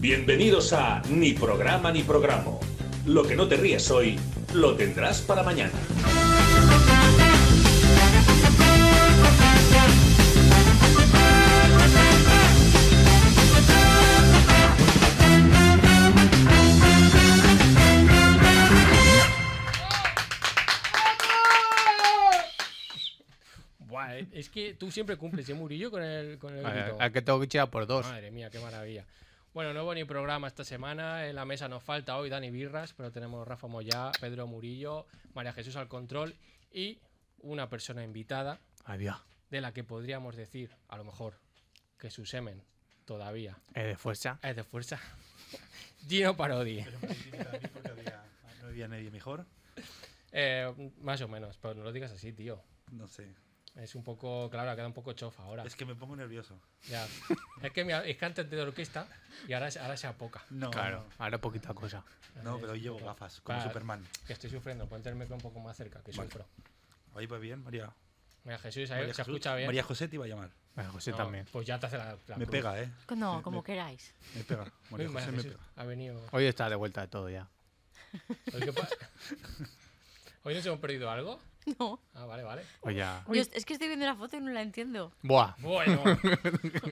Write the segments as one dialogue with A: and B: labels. A: Bienvenidos a Ni programa ni programa. Lo que no te ríes hoy, lo tendrás para mañana.
B: Buah, eh, es que tú siempre cumples, ¿eh, Murillo, con el, con el grito?
C: A, a que tengo que tirar por dos.
B: Madre mía, qué maravilla. Bueno, no hubo ni programa esta semana. En la mesa nos falta hoy Dani Birras, pero tenemos Rafa Moyá, Pedro Murillo, María Jesús al control y una persona invitada
C: Adiós.
B: de la que podríamos decir, a lo mejor, que su semen todavía
C: Eh, de fuerza.
B: es de fuerza. Gino Parodi.
D: porque había- no había nadie mejor.
B: Eh, más o menos, pero no lo digas así, tío.
D: No sé.
B: Es un poco, claro, ha quedado un poco chofa ahora.
D: Es que me pongo nervioso.
B: Ya. es que mi- es cantante de orquesta y ahora, es- ahora se apoca.
D: No,
C: Claro, ahora poquita cosa.
D: no, no, pero hoy llevo gafas, como
B: Claro.
D: Superman.
B: Que estoy sufriendo, ponte el micro un poco más cerca, que sufro.
D: Hoy va bien, María.
B: Mira, Jesús, ahí
D: María
B: se
D: Jesús.
B: escucha bien.
D: María José te iba a llamar.
C: Bueno, José
B: No,
C: también.
B: Pues ya te hace la, la
D: Me
B: cruz.
D: pega, ¿eh?
E: No, como
D: me-
E: queráis.
D: Me pega.
B: Uy,
D: María
B: María
D: José me
B: Jesús,
D: pega.
B: Ha venido.
C: Hoy está de vuelta de todo ya.
B: Hoy, qué pa- ¿Hoy nos hemos perdido algo?
E: No.
B: Ah, vale, vale.
C: Hoy ya.
E: Yo es- es que estoy viendo la foto y no la entiendo.
C: Buah.
B: Bueno.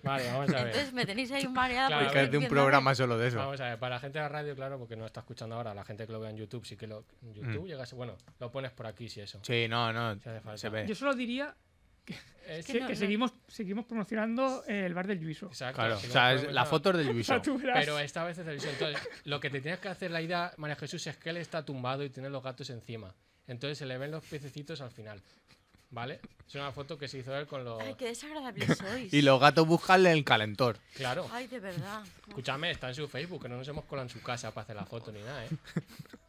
B: vale, vamos a ver.
E: Entonces me tenéis ahí mareada.
B: Claro,
E: porque
C: Que
B: ver,
C: es de un
E: entiendo
C: programa solo de eso.
B: Vamos a ver, para la gente de la radio, claro, porque no está escuchando ahora, la gente que lo vea en YouTube, sí que lo. En
D: Mm.
B: YouTube llegas. Bueno, lo pones por aquí si eso.
C: Sí, no, no.
B: Si hace falta.
C: Se ve.
F: Yo solo diría
B: Es
F: que,
E: no-
F: que
E: no-
F: seguimos, seguimos promocionando eh, el bar del Luiso.
B: Exacto.
C: Claro. O
B: si no
C: sea,
B: podemos
C: es la
B: nada.
C: foto es del
F: O sea,
C: Luiso.
F: tú verás.
B: Pero esta vez es televisión. Entonces, lo que te tienes que hacer la idea, María Jesús, es que él está tumbado y tiene los gatos encima. Entonces se le ven los piececitos al final. ¿Vale? Es una foto que se hizo él con los.
E: Ay, qué desagradable sois.
C: Y los gatos buscarle el calentor.
B: Claro.
E: Ay, de verdad.
B: Escúchame, está en su Facebook, que no nos hemos colado en su casa para hacer la foto ni nada, ¿eh?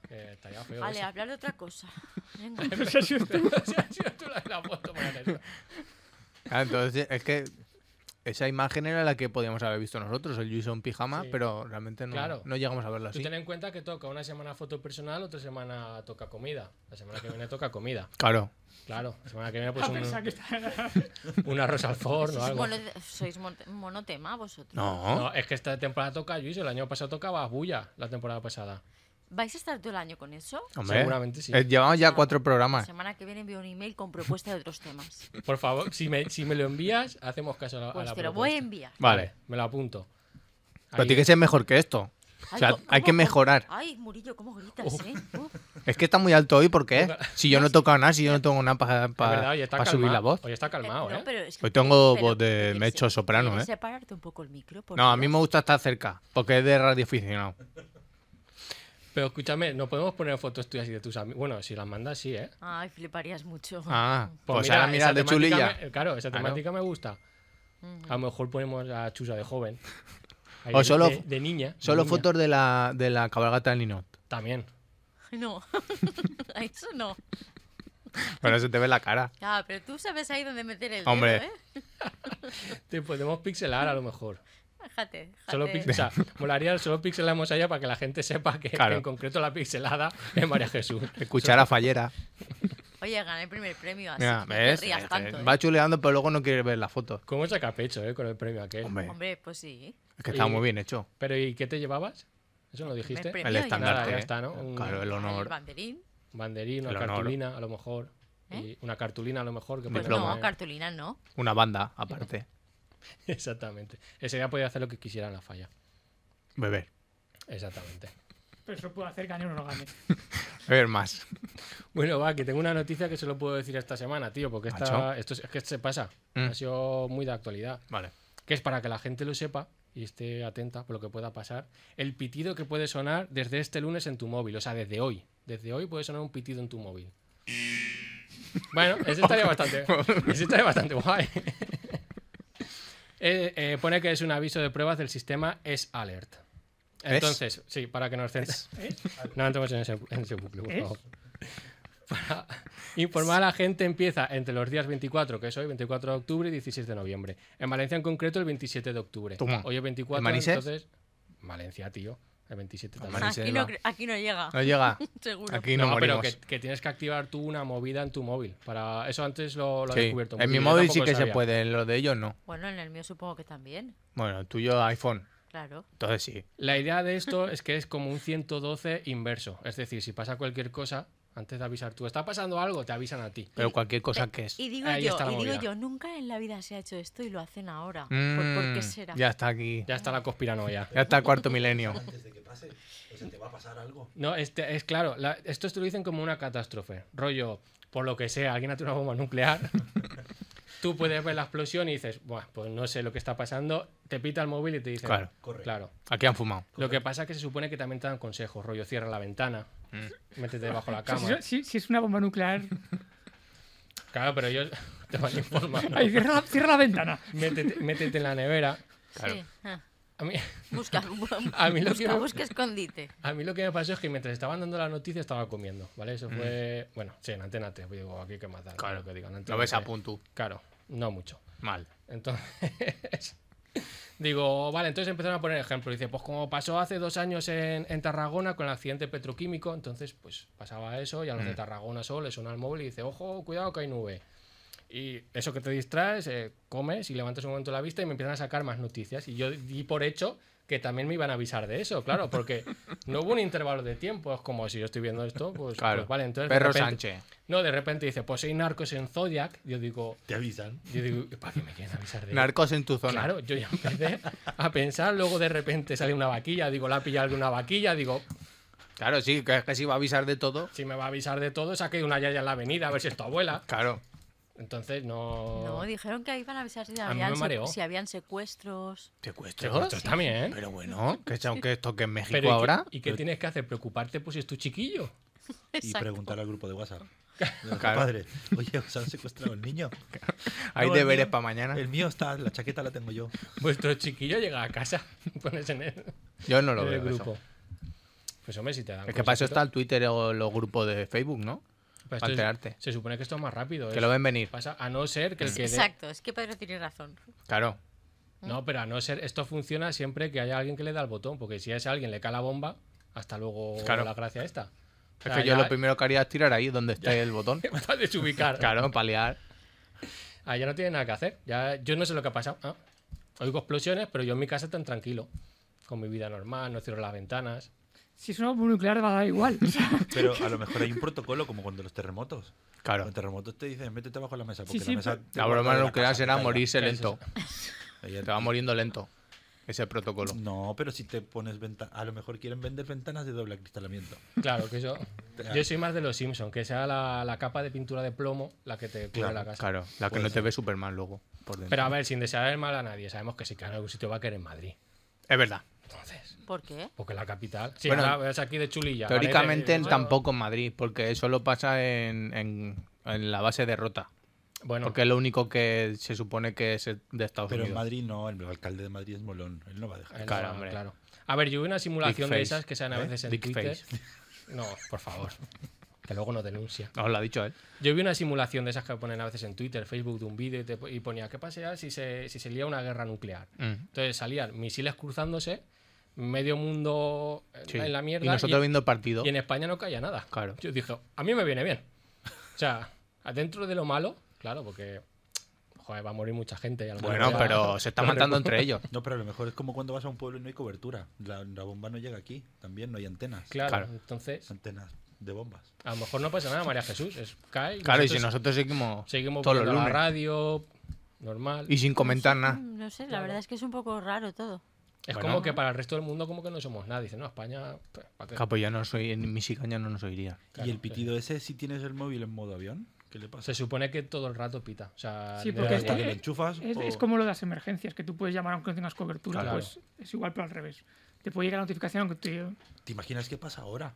B: Que estaría feo.
E: Vale,
B: eso.
E: hablar de otra cosa. Venga.
F: O sea, si usted-
B: O sea, si tú la- la foto, María Jesús.
C: Ah, Entonces, es que esa imagen era la que podíamos haber visto nosotros, el Luiso en pijama,
B: Sí.
C: pero realmente no,
B: Claro.
C: no llegamos a verlo
B: Tú
C: así.
B: ten en cuenta que toca una semana foto personal, otra semana toca comida. La semana que viene toca comida.
C: Claro.
B: Claro, la semana que viene pues
F: a pensar que
B: un,
F: está-
B: un arroz al forno o
E: Sois,
B: algo.
E: mono- sois mon- monotema vosotros.
C: No.
B: No, es que esta temporada toca Luis, el año pasado tocaba Bulla, la temporada pasada.
E: ¿Vais a estar todo el año con eso?
C: Hombre,
B: Seguramente sí.
C: eh, llevamos ya
E: Ah,
C: cuatro
E: La
C: programas.
E: semana que viene envío un email con propuesta de otros temas.
B: Por favor, si me, si me lo envías, hacemos caso a la, a
E: Pues
B: la
E: te lo
B: propuesta.
E: voy a enviar.
C: Vale.
B: Me lo apunto.
C: Pero
B: Ahí-
C: tiene que ser mejor que esto.
E: Ay,
C: O sea,
E: co-
C: hay
E: ¿cómo-
C: que
E: cómo-
C: mejorar.
E: Ay, Murillo, cómo gritas, ¿eh? Uf,
C: Es que está muy alto hoy, ¿por qué? Si yo no he tocado nada, si yo no tengo nada para
B: Es verdad, hoy está
C: subir
B: calmado,
C: la voz.
B: Hoy está calmado,
E: eh,
B: ¿eh?
E: no, pero es que-
C: Hoy tengo
E: pero
C: voz de
E: tienes-
C: mecho soprano,
E: tienes
C: ¿eh?
E: separarte un poco el micro. por
C: No, a
E: favor.
C: mí me gusta estar cerca, porque es de radioaficionado.
B: Pero escúchame, no podemos poner fotos tuyas y de tus amigos. Bueno, si las mandas, sí, ¿eh?
E: Ay, fliparías mucho.
C: Ah,
B: Pues
C: pues ahora mira
B: esa
C: el de
B: temática
C: chulilla. Ah,
B: me- claro, esa
C: Claro.
B: temática me gusta. A lo mejor ponemos a Chusa de joven. Ahí
C: O
B: de-
C: solo-
B: de, de niña. de
C: Solo
B: niña.
C: fotos de la, de la cabalgata del Ninot.
B: También.
E: No, a eso no.
C: Pero se te ve la cara.
E: Ah, pero tú sabes ahí dónde meter el
C: Hombre.
E: dedo, ¿eh?
B: Te podemos pixelar a lo mejor.
E: Fíjate, fíjate.
B: Solo pix- o sea, molaría, solo pixelamos allá para que la gente sepa que, que
C: Claro.
B: en concreto la pixelada es María Jesús.
C: Escuchar a Fallera.
E: Oye, gané el primer premio, así
C: Mira,
E: que no
C: ¿ves? Este,
E: te rías tanto, ¿eh?
C: Va chuleando, pero luego no quiere ver la foto.
B: ¿Cómo saca pecho, eh? Con el premio aquel.
C: Hombre,
E: Hombre, pues sí.
C: es que está
B: y-
C: muy bien hecho.
B: Pero ¿y qué te llevabas? ¿Eso no dijiste?
E: premio.
C: El
E: ya
B: está,
C: estandarte. ¿eh?
B: está, ¿no? Un-
C: Claro, el
E: El
C: honor.
E: banderín.
B: Banderín,
C: El
B: una
C: honor.
B: cartulina, a lo mejor.
E: ¿Eh?
B: Y una cartulina, a lo mejor. Que
E: Pues
B: ponen
C: plomo.
E: no,
B: ahí.
E: cartulina no.
C: Una banda, aparte.
B: Exactamente. Ese día podía hacer lo que quisiera en la falla.
C: Beber.
B: Exactamente.
F: Pero eso puede hacer gane o no gane.
C: Beber más.
B: Bueno, va, que tengo una noticia que solo puedo decir esta semana, tío, porque esta,
C: Macho.
B: esto es, es que se pasa.
C: Mm.
B: Ha sido muy de actualidad.
C: Vale.
B: Que es para que la gente lo sepa y esté atenta por lo que pueda pasar. El pitido que puede sonar desde este lunes en tu móvil, o sea, desde hoy. Desde hoy puede sonar un pitido en tu móvil. Bueno, ese estaría bastante. Ese estaría bastante guay. Eh, eh, pone que es un aviso de pruebas del sistema S Alert.
C: ¿Es?
B: Entonces, sí, para que nos centremos. No entremos en ese, en ese bucle, por
F: ¿Es?
B: favor. Para informar a la gente empieza entre los días 24, que es hoy, 24 de octubre y 16 de noviembre. En Valencia en concreto el 27 de octubre.
C: Toma.
B: Hoy es 24,
C: ¿En Manises?
B: entonces... Valencia, tío. El 27 también.
C: Manises,
E: Aquí no,
C: va.
E: cre- aquí no llega,
C: No llega.
E: seguro.
C: Aquí no,
B: pero
C: morimos.
B: que, que tienes que activar tú una movida en tu móvil. Para eso antes lo, lo he
C: Sí.
B: descubierto.
C: En mi
B: Yo
C: móvil
B: tampoco
C: sí
B: lo
C: que se
B: sabía.
C: puede, en los de ellos no.
E: Bueno, en el mío supongo que también.
C: Bueno, tuyo iPhone.
E: Claro.
C: Entonces sí.
B: La idea de esto es que es como un 112 inverso. Es decir, si pasa cualquier cosa, antes de avisar tú, está pasando algo, te avisan a ti.
C: Pero cualquier cosa Ah, que es.
E: Y digo
B: Ahí
E: yo,
B: está la
E: y digo
B: movida.
E: yo, nunca en la vida se ha hecho esto y lo hacen ahora. ¿Por, por qué
C: Mm,
E: será?
C: Ya está aquí.
B: Ya está la conspiranoia.
C: Ya está cuarto milenio.
D: Antes de que pase, o sea, te va a pasar algo.
B: No, este, es claro, la- esto te lo dicen como una catástrofe. Rollo, por lo que sea, alguien ha tirado una bomba nuclear. Tú puedes ver la explosión y dices, Buah, pues no sé lo que está pasando. Te pita el móvil y te dice,
C: Claro.
D: Correcto.
B: claro.
C: Aquí han fumado.
B: Lo que pasa es que se supone que también te dan consejos, rollo, cierra la ventana,
C: Mm.
B: métete debajo de la
F: Si-
B: cama.
F: Si, si es una bomba nuclear,
B: Claro, pero ellos te van informando.
F: ahí cierra, la- cierra la ventana.
B: Métete, métete en la nevera.
C: Claro.
E: Sí. ah.
B: A mí,
E: Busca,
B: A mí lo
E: busca,
B: que me-
E: busca escondite.
B: a mí lo que me pasó es que mientras estaban dando la noticia estaba comiendo, ¿vale? Eso fue, bueno, sí, en Antena 3, digo, aquí que matar.
C: Mm. Claro.
B: Lo que digan, Antena
C: Lo ves a
B: 3.
C: punto.
B: Claro, no mucho.
C: Mal.
B: Pues, Entonces, digo, vale, entonces empezaron a poner ejemplo. Dice, pues como pasó hace dos años en, en Tarragona con el accidente petroquímico, entonces pues pasaba eso y a los
C: Mm.
B: de Tarragona solo le suena el móvil y dice, ojo, cuidado que hay nube. Y eso que te distraes, eh, comes y levantas un momento la vista y me empiezan a sacar más noticias. Y yo di por hecho que también me iban a avisar de eso, claro, porque no hubo un intervalo de tiempo. Es como si yo estoy viendo esto, pues,
C: Claro.
B: pues vale, entonces... de
C: Perro
B: repente-
C: Sánchez.
B: No, de repente dice, pues hay narcos en Zodiac. Yo digo,
D: Te avisan.
B: yo digo, ¿para qué me quieren avisar de eso?
C: Narcos en tu zona.
B: Claro, yo ya empecé a pensar, luego de repente sale una vaquilla, digo, la ha pillado alguna vaquilla, digo,
C: Claro, sí, que es que si va a avisar de todo.
B: si me va a avisar de todo, saqué una yaya en la avenida, a ver si es tu abuela.
C: Claro.
B: Entonces, no...
E: No, dijeron que iban a avisar si
B: mí
E: habían,
B: me mareó.
E: si habían secuestros.
B: Sí,
C: ¿Secuestros?
B: esto también, ¿eh?
C: Pero bueno, que sea- aunque esto que es México
B: Pero ¿y qué-
C: ahora.
B: ¿Y qué tienes que hacer? ¿Preocuparte pues si es tu chiquillo?
D: Y preguntar al grupo de WhatsApp. De los
C: Claro.
D: padres. Oye, ¿os han secuestrado el niño?
C: Hay
D: No, el
C: deberes
D: mío-
C: para mañana.
D: El mío está, la chaqueta la tengo yo.
B: Vuestro chiquillo llega a casa y pones en el,
C: Yo no lo
B: en el
C: veo. eso.
B: grupo. Pues hombre, si te dan...
C: Es que para eso está
B: consejitos-
C: el Twitter o los grupos de Facebook, ¿no?
B: Pero esto
C: para
B: es-
C: enterarte.
B: Se supone que esto es más rápido.
C: Que
B: es-
C: lo ven venir.
B: Pasa, a no ser que el que... dé-
E: Exacto, es que Pedro tiene razón.
C: Claro.
B: No, pero a no ser, esto funciona siempre que haya alguien que le da el botón, porque si a ese alguien le cae la bomba, hasta luego
C: Claro.
B: la gracia esta.
C: Es
B: Ah,
C: que yo lo primero que haría es tirar ahí donde está el botón.
B: Para desubicar.
C: Claro, paliar.
B: Ah, ya no tiene nada que hacer. Ya, yo no sé lo que ha pasado. Ah, oigo explosiones, pero yo en mi casa tan tranquilo. Con mi vida normal, no cierro las ventanas.
F: Si es una bomba nuclear, va a dar igual. O sea,
D: Pero a lo mejor hay un protocolo como cuando los terremotos.
C: Claro.
D: Los terremotos te dicen, métete bajo la mesa.
F: Sí,
D: Porque
F: sí,
D: la mesa
F: pero-
D: te
C: La
D: va a
C: broma
D: caer la
C: nuclear
D: casa,
C: será
D: te caiga.
C: morirse
B: Claro,
C: lento.
D: Ahí el-
C: Te va muriendo lento. Ese protocolo.
D: No, pero si te pones ventanas. A lo mejor quieren vender ventanas de doble acristalamiento.
B: Claro, que eso. Yo soy más de los Simpsons, que sea la, la capa de pintura de plomo la que te cubre
D: Claro,
B: la casa.
C: Claro, la que
D: Puede
C: no te ve Superman luego. Por dentro.
B: Pero a ver, sin desear el mal a nadie, sabemos que si cae en algún sitio va a caer en Madrid.
C: Es verdad.
B: Entonces,
E: ¿Por qué?
B: porque la capital. Sí,
C: Bueno,
B: ahora ves aquí de chulilla. parece-
C: Teóricamente
B: Bueno,
C: tampoco en Madrid, porque eso lo pasa en, en- en la base de Rota.
B: Bueno,
C: Porque es lo único que se supone que es de Estados
D: Pero en
C: Unidos.
D: Madrid no, el alcalde de Madrid es molón. Él no va a dejar.
B: Él
C: Claro,
B: no,
C: hombre.
B: claro. A ver, yo vi una simulación de
C: face.
B: esas que salen a
D: ¿Eh?
B: veces en
C: Dick
B: Twitter. No, por favor. Que luego nos denuncia.
C: Os lo ha dicho él.
B: Yo vi una simulación de esas que ponen a veces en Twitter, Facebook, de un vídeo y, te po- y ponía ¿qué pasaría si se, si se lía una guerra nuclear?
C: Mm.
B: Entonces salían misiles cruzándose, medio mundo en-
C: Sí.
B: en la mierda.
C: y nosotros viendo el partido.
B: y en España no caía nada.
C: Claro.
B: Yo dije, a mí me viene bien. O sea, adentro de lo malo, claro, porque joder, va a morir mucha gente. y a lo mejor
C: Bueno,
B: ya-
C: pero se está matando entre ellos.
D: No, pero a lo mejor es como cuando vas a un pueblo y no hay cobertura. La, la bomba no llega aquí. También no hay antenas.
B: Claro,
C: Claro.
B: entonces
D: Antenas de bombas.
B: a lo mejor no pasa nada, María Jesús. Es, cae, y
C: Claro, y si
B: nosotros-
C: nosotros seguimos,
B: Seguimos
C: todos los
B: volviendo a la
C: lunes
B: radio, normal.
C: y sin comentar nada.
E: Mm, No sé, la verdad es que es un poco raro todo.
B: es
C: bueno.
B: como que para el resto del mundo como que no somos nada. Dice, no, España... pff, ¿pa' qué?
C: Ja, pues ya no soy, en Michigan ya no nos oiría.
B: Claro,
D: ¿Y el pitido ese si tienes el móvil en modo avión? ¿Qué le pasa?
B: Se supone que todo el rato pita. O sea,
F: Sí,
B: de
F: porque
B: la-
F: es
D: ¿Hasta que
F: que-
D: lo enchufas?
F: es,
D: o-
F: es como lo de las emergencias, que tú puedes llamar aunque no tengas cobertura.
B: Claro.
F: Pues es igual, pero al revés. Te puede llegar la notificación aunque te...
D: ¿Te imaginas qué pasa ahora?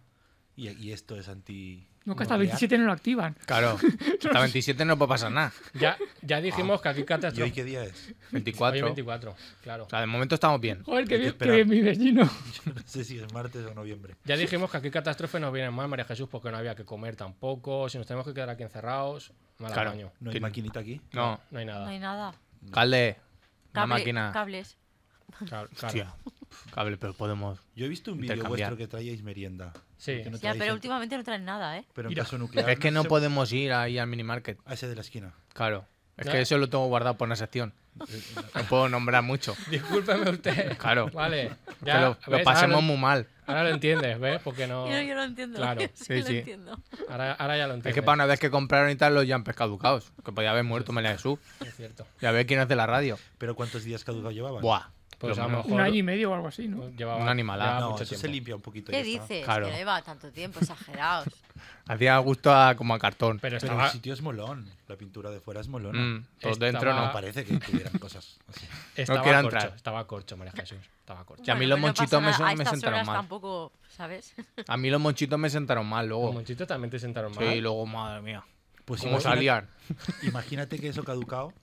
D: Y, y esto es anti.
F: No, que hasta el
D: nuclear.
F: 27 no lo activan.
C: Claro, hasta 27 no puede pasar nada.
B: ya,
C: Ah.
B: ya dijimos que aquí
D: ¿Y hoy
B: catástrofe...
D: qué día es?
C: 24.
B: Hoy 24, claro.
C: O sea, de momento estamos bien.
F: Joder, qué
D: Hay que
F: bien, qué
D: esperar.
F: bien vives, Gino.
D: Yo no sé si es martes o noviembre.
B: Ya dijimos que aquí catástrofe nos vienen mal, María Jesús, porque no había que comer tampoco. Si nos tenemos que quedar aquí encerrados, mal
C: Claro.
B: apaño.
D: ¿No hay
C: ¿Quién?
D: maquinita aquí?
C: No,
B: No hay nada.
E: No hay nada.
C: calde, una
E: Cable-
C: Ah. máquina.
E: Cables.
B: Claro, claro.
C: Hostia, cable, pero podemos.
D: Yo he visto un vídeo
C: Intercambiar.
D: vuestro que traíais merienda.
B: Sí.
D: ¿Por qué no
E: Ya,
D: traéis
E: pero
D: el-
E: últimamente no traen nada, ¿eh?
D: pero en
B: Mira.
D: caso nuclear.
C: Es que no
D: se-
C: podemos ir ahí al minimarket,
D: A ese de la esquina.
C: claro. Es
B: Ya.
C: que eso lo tengo guardado por una sección. No puedo nombrar mucho.
B: Discúlpeme usted.
C: Claro.
B: Vale.
C: que
B: Ya,
C: lo, lo
B: ¿ves?
C: pasemos
B: ahora, lo-
C: muy mal.
B: ahora lo entiendes, ¿ves? Porque no.
E: Yo, no- yo lo entiendo.
B: Claro,
E: yo
C: sí,
E: lo
C: sí.
E: entiendo.
B: Ahora, ahora ya lo entiendes.
C: Es que para una vez que compraron y tal, los ya han caducados. Que podía haber muerto Melia Jesús.
B: Es cierto.
C: Y a ver quién hace la radio.
D: Pero ¿cuántos días caducados llevaban?
C: Buah.
B: Pues
C: lo
B: a lo
C: menos.
B: mejor.
F: Un año y medio o algo así, ¿no?
B: pues llevaba,
C: Un animalada.
B: llevaba
D: Ah, No,
B: mucho
D: eso se
B: tiempo.
D: limpia un poquito. y
E: ¿Qué
D: ya está.
E: dices?
C: Claro.
E: Que no lleva tanto tiempo, exagerados.
C: Hacía gusto a, como a cartón.
B: Pero
D: Pero
B: estaba,
D: el sitio es molón. La pintura de fuera es molona.
C: Mm, por
B: Estaba-
C: dentro
D: No
C: no.
D: parece que tuvieran cosas así.
B: estaba
C: quiero
B: corcho.
C: entrar.
B: Estaba corcho, María Jesús. Estaba corcho.
C: Y a mí los
E: pero no pasa
C: monchitos me
E: nada,
C: son-
E: a
C: me
E: estas
C: sentaron
E: horas
C: mal.
E: tampoco, ¿sabes?
C: A mí los monchitos me sentaron mal
B: Los
C: luego.
B: monchitos también te sentaron mal.
C: Sí, luego, madre mía.
D: Pues
C: ¿Cómo
D: imagínate-
C: salían?
D: Imagínate que eso caducado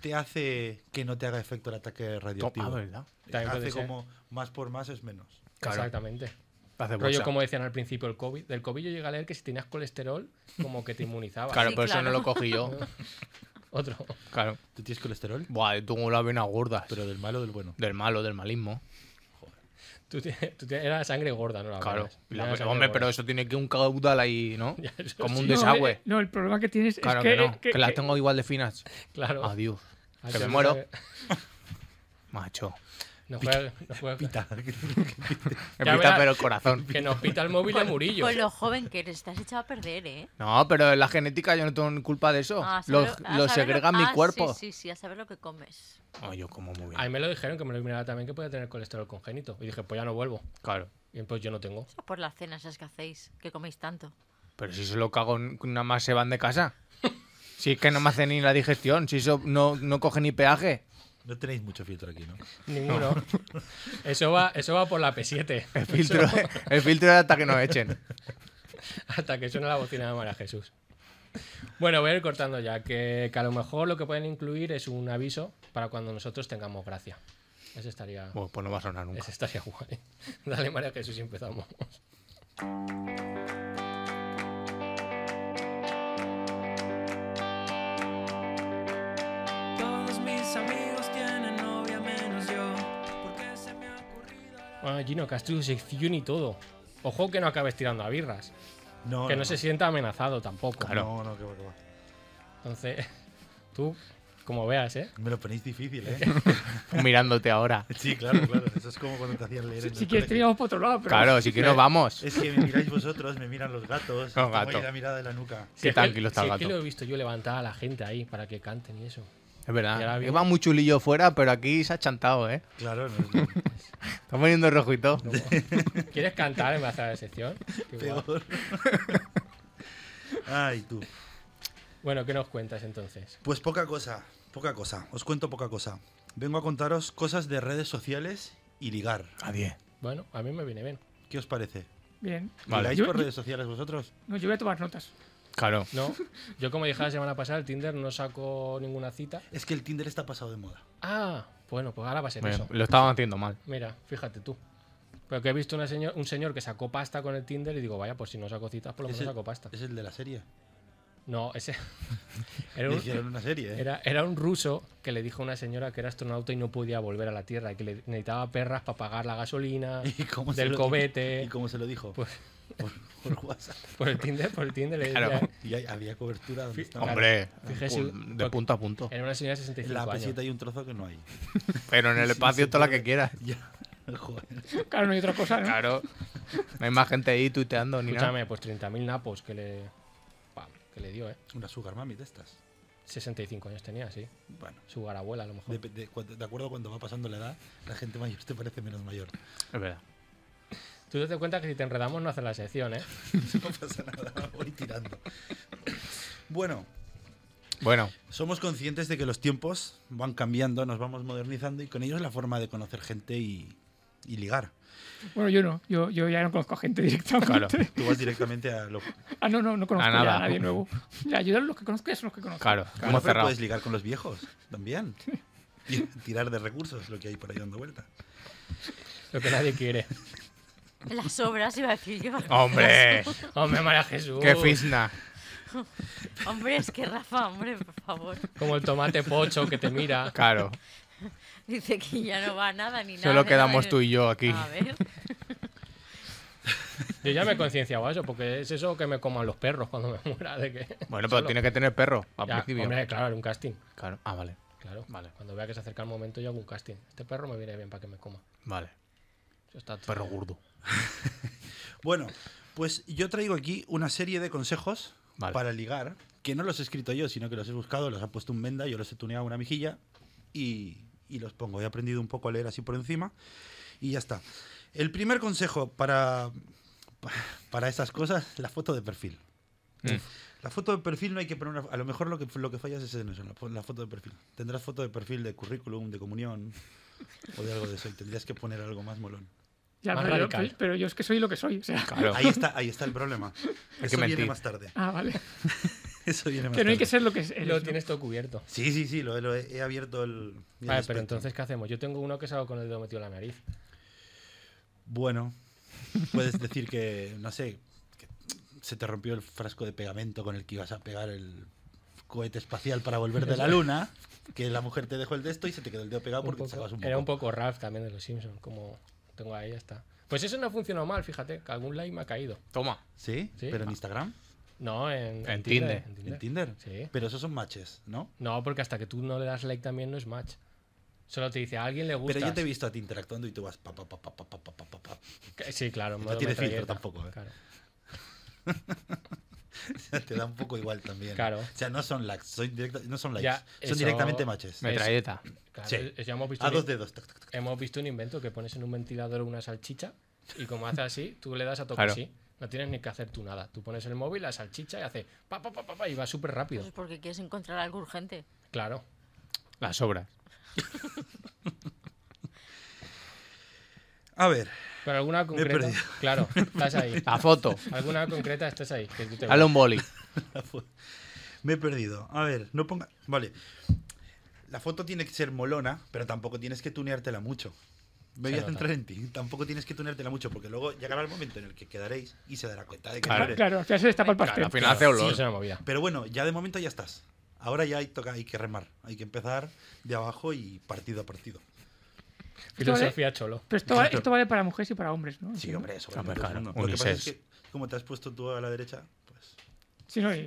D: te hace que no te haga efecto el ataque radioactivo.
C: Ah, ¿verdad?
B: También puede
D: hace
B: ser.
D: como más por más es menos.
C: Claro.
B: Exactamente.
C: Hace
B: Rollo
C: bolsa.
B: como decían al principio el COVID. Del COVID yo llegué a leer que si tenías colesterol, como que te inmunizaba.
C: Claro,
E: Sí,
C: por eso
E: claro.
C: no lo cogí yo.
B: Otro.
C: Claro.
D: ¿Tú tienes colesterol?
C: Buah, tengo las venas gordas.
D: Pero del malo o del bueno.
C: Del malo, del malismo.
B: Tú, tienes- tú tienes- era sangre gorda, ¿no? La
C: Claro.
B: venas.
C: Y la-
B: Era sangre
C: hombre, pero
B: gorda.
C: eso tiene que un caudal ahí, ¿no?
B: Ya, eso
C: Como
B: sí.
C: un
F: No,
C: desagüe.
F: eh, No, el problema que tienes
C: Claro
F: es
C: que,
F: que, eh,
C: no, que,
F: que-
C: las
F: que-
C: tengo igual de finas.
B: Claro.
C: Adiós.
B: Hay
C: Que me
B: no
C: muero.
B: sabe-
C: Macho.
B: No juega, no juega-
D: Pita.
C: Me
B: Ya
C: pita
B: verás.
C: pero el corazón.
B: Que nos pita el móvil de Murillo.
E: Con lo joven que eres, te has echado a perder, ¿eh?
C: No, pero la genética yo no tengo culpa de eso.
E: A
C: lo
E: saber- a
C: lo
E: saber
C: segrega mi
E: ah, sí,
C: cuerpo.
E: Sí, sí, a saber lo que comes.
C: Ay, yo como muy bien.
B: A mí me lo dijeron que me lo mirara también que podía tener colesterol congénito. Y dije, pues ya no vuelvo.
C: Claro.
B: Y pues yo no tengo.
E: Eso por las cenas esas que hacéis, que coméis tanto.
C: Pero si se lo cago, n- nada más se van de casa. Si es que no me hace ni la digestión, si eso no, no coge ni peaje.
D: No tenéis mucho filtro aquí, ¿no?
B: Ninguno. Eso va, eso va por la P7.
C: El filtro, el filtro es hasta que nos echen.
B: Hasta que suena la bocina de María Jesús. Bueno, voy a ir cortando ya, que, que a lo mejor lo que pueden incluir es un aviso para cuando nosotros tengamos gracia. Eso estaría,
C: Bueno, pues no va a sonar nunca.
B: eso estaría guay. Dale, María Jesús, y empezamos.
G: Todos mis amigos tienen novia menos yo. Porque se me ha ocurrido.
B: Bueno, Gino, que has tu sección y todo. Ojo que no acabes tirando a birras.
D: No,
B: que
D: no,
B: no, se sienta amenazado tampoco.
D: No, no, que va, que va.
B: Entonces, tú, como veas, ¿eh?
D: Me lo ponéis difícil, ¿eh?
C: Mirándote ahora.
D: Sí, claro, claro. Eso es como cuando te hacían leer. en el
F: Si quieres, te
D: colegio.
F: llevamos para otro lado. Pero
C: Claro, si que nos vamos.
D: Es que me miráis vosotros, me miran los gatos.
C: Los
D: tengo ahí
C: gatos.
D: la mirada de la nuca.
B: Si es que-
C: tranquilo está
B: si
C: el
B: Es que
C: gato.
B: lo he visto yo levantar a la gente ahí para que canten y eso.
C: Es
B: Y ahora
C: verdad.
B: viene-
C: Iba muy chulillo fuera, pero aquí se ha chantado, ¿eh?
D: Claro, no es lo
C: Está poniendo rojo y todo.
B: ¿Quieres cantar en vez de hacer la sección? Qué guay.
D: peor. Ay, tú.
B: Bueno, ¿qué nos cuentas entonces?
D: Pues poca cosa, poca cosa. Os cuento poca cosa. Vengo a contaros cosas de redes sociales y ligar.
C: A 10.
B: Bueno, a mí me viene bien.
D: ¿Qué os parece?
F: Bien.
C: Vale.
D: ¿Ligáis
F: Yo-
D: por
F: yo-
D: redes sociales vosotros?
F: No, yo voy a tomar notas.
C: Claro.
B: No, yo como dije la semana pasada, el Tinder no sacó ninguna cita.
D: Es que el Tinder está pasado de moda.
B: Ah, bueno, pues ahora va a ser
C: Bueno,
B: eso.
C: lo estaban haciendo mal.
B: Mira, fíjate tú. Pero que he visto una señor, un señor que sacó pasta con el Tinder y digo, vaya, pues si no saco citas, por lo
D: Es
B: menos
D: el,
B: saco pasta.
D: es el de la serie.
B: No, ese. Era
D: Le
B: un,
D: hicieron una serie, ¿eh?
B: era- era un ruso que le dijo a una señora que era astronauta y no podía volver a la Tierra y que le necesitaba perras para pagar la gasolina,
D: ¿Y cómo se
B: del
D: lo-
B: cobete.
D: ¿Y cómo se lo dijo?
B: Pues-
D: Por, por WhatsApp.
B: Por el Tinder, por el Tinder. le
C: Claro.
B: decía-
D: Y ahí había cobertura. donde estaba.
C: Hombre,
B: Fíjese,
C: pu- de
B: porque-
C: punto a punto.
B: Era una señora de 65
D: En la
B: años.
D: peseta hay un trozo que no hay.
C: Pero en el espacio toda la que quieras.
D: Ya, joder.
F: Claro, no hay otra cosa, ¿no?
C: Claro. No hay más gente ahí tuiteando ni nada.
B: Escúchame, pues 30.000 napos que le. pam, que le dio, ¿eh?
D: Una sugar mami de estas.
B: 65 años tenía, sí.
D: Bueno.
B: Su garabuela, a lo mejor.
D: De, de- cuando- de acuerdo cuando va pasando la edad, la gente mayor te parece menos mayor.
C: Es verdad.
B: Tú te das cuenta que si te enredamos no haces la sección, ¿eh?
D: No pasa nada, voy tirando. Bueno,
C: Bueno,
D: somos conscientes de que los tiempos van cambiando, nos vamos modernizando y con ellos la forma de conocer gente y, y ligar.
F: Bueno, yo no. Yo, yo ya no conozco a gente directamente.
C: Claro.
D: Tú vas directamente a lo...
F: Ah, no, no, no conozco
C: A
F: a,
C: nada.
F: a nadie nuevo. La ayuda los que conozco ya son los que conozco.
C: claro. pues
D: Bueno,
C: Hemos
D: pero
C: cerrado.
D: puedes ligar con los viejos también. Ti- Tirar de recursos, lo que hay por ahí dando vuelta.
B: Lo que nadie quiere.
E: Las obras, iba a decir yo.
C: ¡Hombre!
B: Hombre, María Jesús.
C: ¡Qué fisna!
E: Hombre, es que Rafa, hombre, por favor.
B: Como el tomate pocho que te mira.
C: Claro.
E: Dice que ya no va nada ni nada.
C: Solo quedamos tú y yo aquí.
E: A ver,
B: Yo ya me he concienciado a eso, porque es eso que me coman los perros cuando me muera. De que...
C: Bueno, pero
B: Solo.
C: tiene que tener perro, al
B: Ya,
C: principio.
B: hombre, claro, era un casting.
C: Claro. Ah, vale.
B: Claro.
C: Vale.
B: Cuando vea que se acerca el momento, yo hago un casting. Este perro me viene bien para que me coma.
C: Vale.
B: Eso está todo.
C: Perro gordo.
D: Bueno, pues yo traigo aquí una serie de consejos
C: Vale.
D: para ligar, que no los he escrito yo, sino que los he buscado, los ha puesto un venda, yo los he tuneado a una mejilla y, y los pongo. He aprendido un poco a leer así por encima y ya está. El primer consejo para, para estas cosas, la foto de perfil. Eh,
C: Mm.
D: La foto de perfil no hay que poner. una- a lo mejor lo que, lo que fallas es en eso, en la, fo- la foto de perfil. Tendrás foto de perfil de currículum, de comunión o de algo de eso. Y tendrías que poner algo más molón.
F: Ya,
B: Más
F: pero, yo,
B: radical.
F: pero yo es que soy lo que soy. O sea.
C: Claro.
D: Ahí está, ahí está el problema.
C: que
D: Eso viene
C: mentir.
D: más tarde.
F: Ah, vale.
D: Eso viene más
F: Que no hay
D: tarde.
F: que ser lo que es.
B: Lo tienes todo cubierto.
D: Sí, sí, sí, lo, lo he, he abierto el. el
B: Vale, pero
D: espectro.
B: entonces, ¿qué hacemos? Yo tengo uno que salgo con el dedo metido en la nariz.
D: Bueno, puedes decir que, no sé, que se te rompió el frasco de pegamento con el que ibas a pegar el cohete espacial para volver de la luna, que la mujer te dejó el de esto y se te quedó el dedo pegado
B: Un
D: porque te
B: poco-
D: sacabas un poco.
B: Era un poco Ralph también de los Simpsons, como tengo ahí, ya está. Pues eso no ha funcionado mal, fíjate, que algún like me ha caído.
C: Toma.
D: ¿Sí?
B: Sí.
D: ¿Pero en Instagram?
B: No, en,
C: En Tinder.
B: en
D: ¿En Tinder?
B: Sí.
D: Pero esos son matches, ¿no?
B: No, porque hasta que tú no le das like también no es match. Solo te dice, a alguien le gusta.
D: Pero yo te he visto a ti interactuando y tú vas pa pa pa pa pa pa pa pa pa.
B: Sí, claro. en
D: No
B: modo
D: tiene filtro
B: metralleta,
D: tampoco, ¿eh?
B: claro.
D: Te da un poco igual también.
B: Claro.
D: O sea, no son likes, son, directa- no son likes.
B: Ya,
D: son
B: eso-
D: directamente matches.
B: Me-
C: Metralleta.
B: Claro,
D: Sí.
B: es- ya hemos visto
D: A
B: un-
D: dos dedos. tac, tac, tac.
B: Hemos visto un invento que pones en un ventilador una salchicha y como hace así, tú le das a tocar
C: Claro.
B: así. No tienes ni que hacer tú nada. Tú pones el móvil, la salchicha y hace pa pa pa pa, pa, y va súper rápido.
E: Pues porque quieres encontrar algo urgente.
B: Claro.
C: Las obras.
D: A ver,
B: Pero alguna
D: he
B: concreta.
D: perdido.
B: Claro, estás ahí.
C: La foto.
B: Alguna concreta estás ahí. Que tú te
C: Dale un boli.
D: me he perdido. A ver, no ponga. Vale. La foto tiene que ser molona, pero tampoco tienes que tuneártela mucho. Me voy
B: Se
D: a
B: nota.
D: centrar en ti. Tampoco tienes que tuneártela mucho, porque luego llegará el momento en el que quedaréis y se dará cuenta de que no
C: Claro.
D: eres.
F: Claro, al final se destapa el
C: Claro,
F: pastel.
C: al final hace
B: Sí,
C: olor.
B: es una movida.
D: Pero bueno, ya de momento ya estás. Ahora ya hay, toca, hay que remar. Hay que empezar de abajo y partido a partido.
B: Filosofía cholo.
F: Pero esto vale, esto vale para mujeres y para hombres, ¿no?
D: Sí, hombre, eso.
C: Hombre, claro,
D: Lo que pasa es
C: unisex.
D: que, como te has puesto tú a la derecha, pues.
F: Sí, no, y-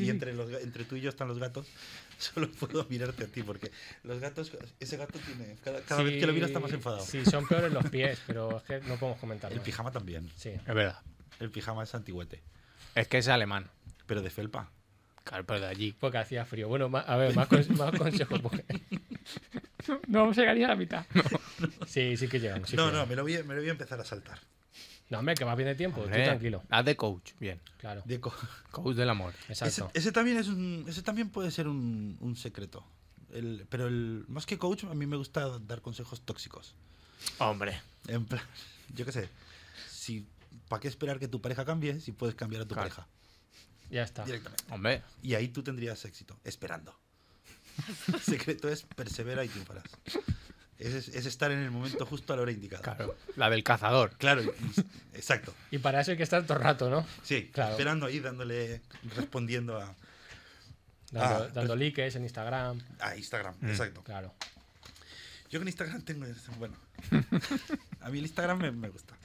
D: Y
F: sí.
D: entre, los, ga- entre tú y yo están los gatos. Solo puedo mirarte a ti, porque los gatos. Ese gato tiene. Cada, cada vez que lo miro está más
B: Sí,
D: enfadado.
B: Sí, son peores los pies, pero es que no podemos comentar
D: El
B: más.
D: pijama también.
B: Sí.
C: Es verdad.
D: El pijama es antigüete.
C: Es que es alemán.
D: Pero de felpa.
C: Claro, pero de allí.
B: Porque hacía frío. Bueno, ma- a ver, más, cons- más consejos. porque-
F: No vamos a llegar ni a la mitad.
B: Sí, sí que llegan. sí
D: no,
B: que
D: no,
B: llegan.
D: me lo, voy a, me lo voy a empezar a saltar.
B: No, hombre, que va bien de tiempo. Tú
C: Hombre,
B: tranquilo.
C: Haz de coach. Bien.
B: Claro.
D: De co-
C: Pues Coach del amor.
D: ese,
B: Exacto.
D: ese también es un, ese también puede ser un, un secreto. El- pero el, más que coach, a mí me gusta dar consejos tóxicos.
C: Hombre.
D: En plan, yo qué sé. Si, ¿Para qué esperar que tu pareja cambie si puedes cambiar a tu
C: Claro.
D: pareja
B: Ya está.
D: directamente?
C: Hombre.
D: Y ahí tú tendrías éxito, esperando. El secreto es persevera y triunfarás. Es, es estar en el momento justo a la hora indicada.
C: Claro. La del cazador.
D: Claro, y- y- exacto.
B: Y para eso hay que estar todo el rato, ¿no?
D: Sí,
B: Claro.
D: esperando ahí, dándole, respondiendo a,
B: Dando,
D: Ah,
B: dando likes en Instagram.
D: a Instagram.
C: Mm,
D: Exacto.
B: Claro.
D: Yo con Instagram tengo. Bueno, a mí el Instagram me, me gusta.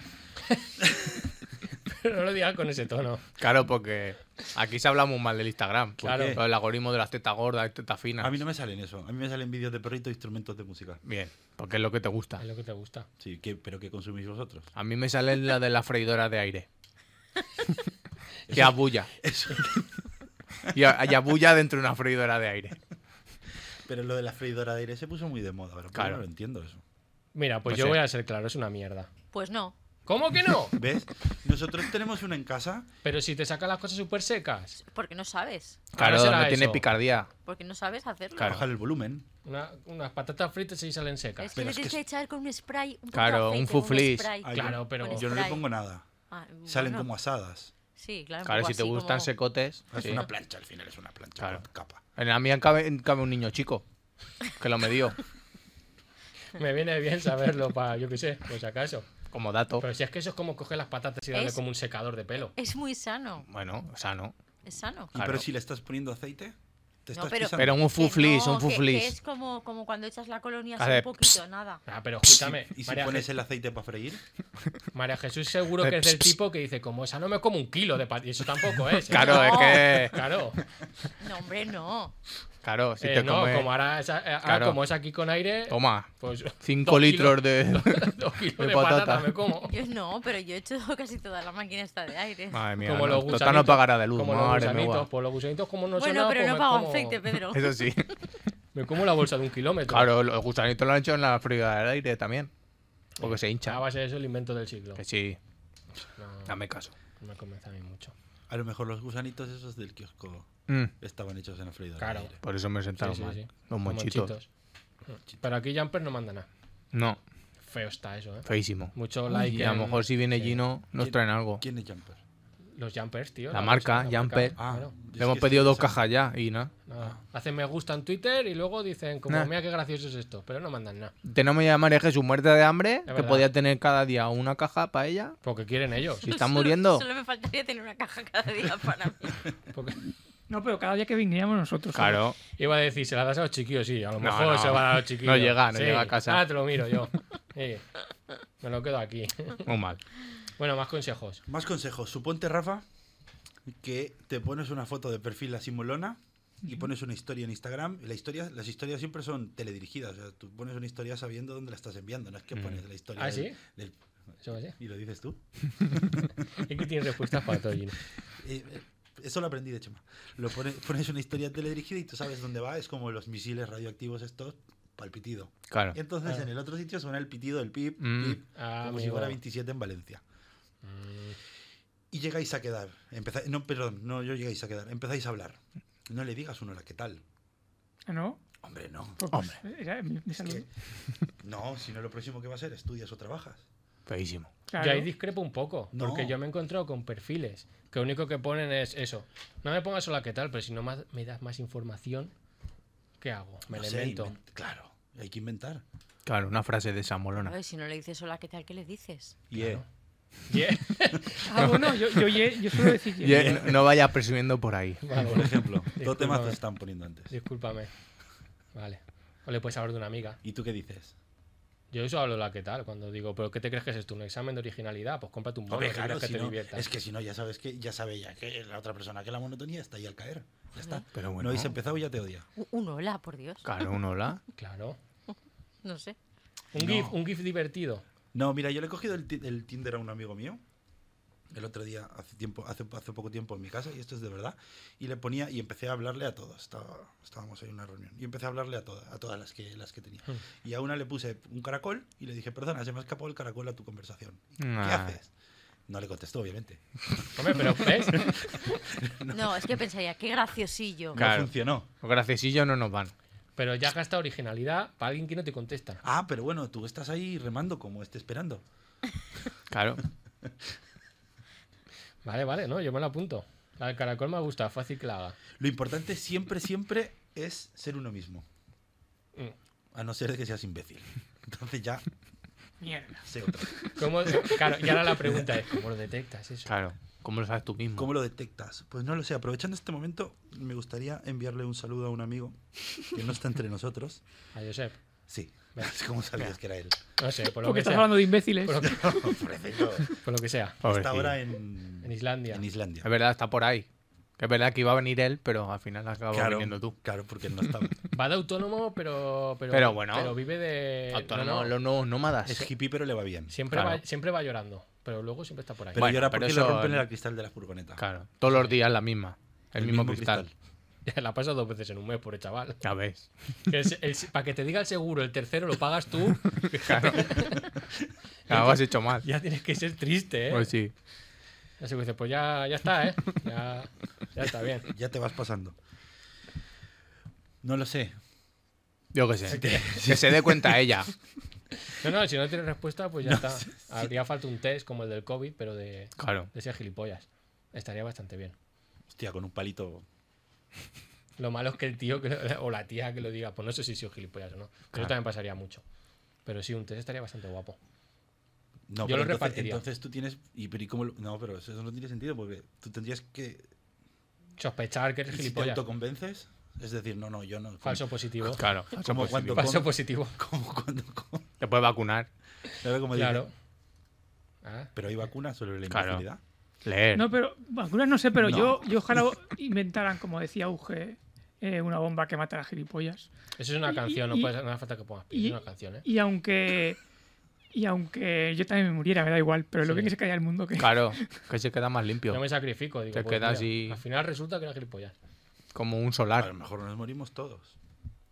B: Pero no lo digas con ese tono.
C: Claro, porque aquí se habla muy mal del Instagram.
B: Claro.
C: Claro. El algoritmo de las tetas gordas, tetas finas.
D: A mí no me salen eso. A mí me salen vídeos de perritos e instrumentos de música.
C: Bien. Porque es lo que te gusta.
B: Es lo que te gusta.
D: Sí, ¿qué- pero ¿qué consumís vosotros?
C: A mí me sale la de la freidora de aire. Que abulla.
D: Eso.
C: Y, a- y abulla dentro de una freidora de aire.
D: Pero lo de la freidora de aire se puso muy de moda. Pero claro.
C: Claro.
D: no lo entiendo eso.
B: Mira, pues
C: No
B: yo
C: sé.
B: voy a ser claro, es una mierda.
E: Pues no.
B: ¿Cómo que no?
D: ¿Ves? Nosotros tenemos una en casa.
B: Pero si te sacan las cosas súper secas.
E: Porque no sabes.
C: Claro,
B: Ahora será
C: donde tiene
B: eso.
C: picardía.
E: Porque no sabes hacerlo.
C: Claro.
D: Bajar el volumen.
B: Una- unas patatas fritas y salen
E: Es
B: secas.
E: que
D: Pero
E: le
D: es que
E: tienes que echar con un spray. Un poco de
C: Claro, un
E: aceite,
C: fuflis.
E: spray.
D: Ah, yo-
B: Claro, pero-
E: Con
D: Yo no le
E: spray.
D: pongo nada.
E: Ah,
D: Salen
E: bueno.
D: como asadas. Ah,
E: Sí, claro. un
C: Claro,
E: poco
C: si te
E: así
C: gustan
E: como-
C: secotes.
D: Es
C: sí.
D: una plancha, al final es una plancha.
C: Claro.
D: con Capa.
C: En la mía cabe, cabe un niño chico. Que lo medió.
B: Me viene bien saberlo para, yo qué sé, por si acaso.
C: Como dato.
B: Pero si es que eso es como coger las patatas y darle
E: Es-
B: como un secador de pelo.
E: Es muy sano.
C: Bueno, o sea, no.
E: Es sano.
D: Y
C: Claro.
D: pero si le estás poniendo aceite, Te
E: No,
D: estás
E: pero-
D: pisando.
C: Pero un
E: Que
C: fuflis,
E: no,
C: un
E: que- que
C: fuflis.
E: es como, como cuando echas la colonia
C: A
E: así un
C: ver,
E: poquito, nada.
B: Ah, pero escúchame.
D: ¿Y si
B: María,
D: pones
B: Je-
D: el aceite para freír?
B: María Jesús seguro que es del tipo que dice, como esa no me como un kilo de pat- Y eso tampoco es. ¿eh?
C: Claro, es
E: No.
C: que.
B: Claro.
E: No, hombre, no.
C: Claro, si
B: Eh,
C: te
B: no,
C: comes.
B: como ahora esa- ah,
C: Claro.
B: como es aquí con aire,
C: Toma,
B: pues
C: 5
B: dos
C: litros
B: kilos-
C: de.
B: dos kilos
C: de
B: de, patata.
C: patata.
B: me como.
E: Yo no, pero yo he hecho casi toda la máquina esta de aire.
C: Madre mía,
B: como
C: no,
B: los gusanitos.
C: total no pagará de luz,
B: como los
C: madre mía,
B: gusanitos,
C: guau.
B: pues los gusanitos como no son
E: bueno,
B: nada,
E: pero
B: pues
E: no
B: me
E: pago
B: como-
E: aceite, Pedro.
C: Eso sí.
B: Me como la bolsa de un kilómetro.
C: Claro, los gusanitos lo han hecho en la friga del aire también. Porque se hincha.
B: Ah, va a ser eso el invento del siglo.
C: Que sí,
B: No,
C: dame caso.
B: no me convence a mí mucho.
D: A lo mejor los gusanitos esos del kiosco
C: Mm,
D: estaban hechos en la freidora.
B: Claro.
D: Mira,
C: por eso me
B: Sí,
C: sentaron
B: sí,
C: mal.
B: sí.
C: Los monchitos.
B: Pero aquí Jumper no manda nada.
C: No,
B: Feo está eso, ¿eh?
C: feísimo.
B: Mucho like.
C: Y a
B: en-
C: lo mejor si viene
B: sí.
C: Gino nos traen algo.
D: ¿Quién es Jumper?
B: Los Jumpers, tío.
C: La marca, Jumper.
B: marca, claro.
D: yo es
C: Le hemos
D: Ah, que estoy
C: pedido dos
D: pensando-
C: cajas ya y nada.
D: Ah.
B: Nada. Hacen me gusta en Twitter y luego dicen, como,
C: Nah.
B: mira qué gracioso es esto. Pero no mandan nada.
C: Tenemos ya a María Jesús muerta de hambre, que
B: verdad.
C: podía tener cada día una caja para ella.
B: Porque quieren ellos.
C: Si está muriendo,
E: Solo me faltaría tener una caja cada día para mí.
B: Porque-
F: No, pero cada día que viniéramos nosotros.
C: claro.
B: Iba a decir, se la das a los chiquillos, sí. A lo
C: No,
B: mejor
C: no.
B: se va a dar a los chiquillos.
C: No llega, no
B: Sí.
C: llega a casa.
B: Ah, te lo miro yo. Sí. Me lo quedo aquí.
C: Muy mal.
B: Bueno, más consejos.
D: Más consejos. Suponte, Rafa, que te pones una foto de perfil así molona y pones una historia en Instagram. Y la historia, las historias siempre son teledirigidas. O sea, tú pones una historia sabiendo dónde la estás enviando. No es que pones la historia.
B: ¿Ah,
D: del-
B: sí?
D: del-
B: Eso va así.
D: ¿Y lo dices tú?
B: Es que tienes respuestas para todo, Gino.
D: Eh, eh, eso lo aprendí de Chema. Lo pone- pones una historia teledirigida y tú sabes dónde va. Es como los misiles radioactivos estos palpitido.
C: Claro.
D: Entonces en el otro sitio suena el pitido del pip,
C: Mm.
D: pip,
B: Ah,
D: como si
B: amigo. Mm.
D: fuera 27 en Valencia. Y llegáis a quedar. Empezáis, no, perdón, no yo llegáis a quedar. Empezáis a hablar. No le digas uno la ¿qué tal?
F: Ah, ¿No?
D: Hombre, no.
F: Pues,
C: Hombre.
F: pues, era mi- mi salud.
D: que- No, si no lo próximo que va a ser, estudias o trabajas.
C: Feísimo.
F: Claro.
B: Yo ahí discrepo un poco,
D: No.
B: porque yo me he encontrado con perfiles que lo único que ponen es eso. No me pongas hola qué tal, pero si no más- me das más información, ¿qué hago? Me
D: No
B: la
D: sé,
B: invento.
D: invent- claro, hay que inventar.
C: Claro, una frase de esa
E: A
C: molona.
E: ver, si no le dices hola, ¿qué tal? ¿Qué le dices?
D: Y
B: Yeah.
F: Ah, bueno, yo, yo, ye- yo suelo decir.
C: Y, eh, no vaya presumiendo por ahí.
B: Vale,
D: por ejemplo, dos
B: Discúlpame.
D: temas te están poniendo antes.
B: discúlpame. Vale. O le puedes hablar de una amiga.
D: ¿Y tú qué dices?
B: Yo eso hablo la qué tal, cuando digo, ¿pero qué te crees que es esto? ¿Un examen de originalidad? Pues cómprate un bono
D: Hombre,
B: si quieres
D: claro,
B: que
D: si
B: te
D: no-
B: diviertas.
D: es que si no, ya sabes que ya sabe ya que la otra persona que la monotonía está ahí al caer. Ya está.
C: Pero
D: No
C: bueno.
D: habéis empezado y ya te odia.
E: U- Un hola, por Dios.
C: Claro, un hola.
B: Claro.
E: No sé.
B: Un
D: No.
B: GIF, un GIF divertido.
D: No, mira, yo le he cogido el, ti- el Tinder a un amigo mío el otro día, hace tiempo, hace, hace poco tiempo en mi casa, y esto es de verdad, y le ponía y empecé a hablarle a todas. Estaba- estábamos ahí en una reunión. Y empecé a hablarle a todas, a todas las que las que tenía. Y a una le puse un caracol y le dije, perdona, se me ha escapado el caracol a tu conversación. ¿Qué
C: Ah.
D: haces? No le contestó, obviamente.
B: Hombre, pero ¿ves?
E: No, es que pensaría, qué graciosillo.
C: Claro.
D: No funcionó.
C: Los graciosillos no nos van.
B: Pero ya has gastado originalidad para alguien que no te contesta.
D: Ah, pero bueno, tú estás ahí remando como esté esperando.
C: Claro.
B: Vale, vale, no, yo me lo apunto. La del caracol me gusta, fácil que la haga.
D: Lo importante siempre, siempre es ser uno mismo.
B: Mm.
D: A no ser que seas imbécil. Entonces ya
F: Mierda.
D: sé otra.
B: ¿Cómo- Claro, y ahora la pregunta es, ¿cómo lo detectas eso?
C: Claro. ¿Cómo lo sabes tú mismo?
D: ¿Cómo lo detectas? Pues no lo sé. Aprovechando este momento, me gustaría enviarle un saludo a un amigo que no está entre nosotros.
B: A Josep.
D: Sí.
B: Venga.
D: ¿Cómo sabías que era él?
B: No sé, por lo
F: Porque
B: que
F: estás
B: sea.
F: hablando de imbéciles.
B: Por lo que,
D: Pobrecito.
B: por lo que sea.
D: Está
C: Pobrecillo.
D: ahora en,
B: En Islandia.
D: en Islandia.
C: Es verdad, está por ahí. Que Es verdad que iba a venir él, pero al final acabó
D: Claro,
C: viniendo tú.
D: claro, porque él no estaba.
B: Va de autónomo, pero. Pero,
C: Pero bueno.
B: pero vive de.
C: Autónomo,
B: Eh, no, no,
C: los nuevos nómadas.
D: Es hippie, pero le va bien.
B: siempre,
C: claro.
B: va, siempre va llorando, pero luego siempre está por ahí.
D: Pero
C: Bueno,
D: llora
C: pero
D: porque
C: eso-
D: le rompen el cristal de la furgoneta.
C: Claro. Todos los días la misma. El, mismo, cristal.
B: La pasa dos veces en un mes, pobre chaval.
C: Ya ves.
B: para que te diga el seguro, el tercero lo pagas tú,
C: Ya lo has hecho mal.
B: ya tienes que ser triste, ¿eh?
C: Pues sí.
B: Así que dices, pues ya, ya está, ¿eh? Ya, ya está bien.
D: Ya te vas pasando. No lo sé.
C: Yo qué sé. Que se dé cuenta ella.
B: No, no, si no tienes respuesta, pues ya está. Habría falta un test como el del COVID, pero de,
C: Claro.
B: de ser gilipollas. Estaría bastante bien.
D: Hostia, con un palito.
B: Lo malo es que el tío que lo- o la tía que lo diga, pues no sé si soy gilipollas o no. Pero Eso también pasaría mucho. Pero sí, un test estaría bastante guapo. Yo
D: No, pero
B: lo
D: entonces,
B: repartiría.
D: entonces tú tienes. Y, pero ¿y cómo lo- no, pero eso no tiene sentido porque tú tendrías que.
B: Sospechar que eres
D: ¿Y si te
B: gilipollas.
D: autoconvences? Es decir, no, no, yo no.
B: Falso positivo.
C: Claro, falso
D: Como
C: positivo.
D: cuando-
B: Falso positivo.
D: Como cuando. como-
C: Te puedes vacunar,
D: ¿sabe cómo dice?
B: Claro. Ah,
D: Pero hay vacunas sobre la
C: Claro.
D: infertilidad.
C: leer.
F: No, pero vacunas no sé, pero
D: No.
F: yo, yo ojalá inventaran, como decía Uge, eh, una bomba que matara gilipollas.
B: eso es una
F: Y-
B: canción, no,
F: y-
B: puedes- no hace falta que pongas pie,
F: y-
B: es una canción, ¿eh?
F: Y aunque. Y aunque yo también me muriera, me da igual, pero lo
B: Sí.
F: bien que se caía el mundo que.
C: Claro, que se queda más limpio.
B: No me sacrifico, digo.
C: Te
B: pues
C: queda
B: mira,
C: así-
B: Al final resulta que era gilipollas.
C: Como un
D: A lo
C: solar.
D: mejor nos morimos todos.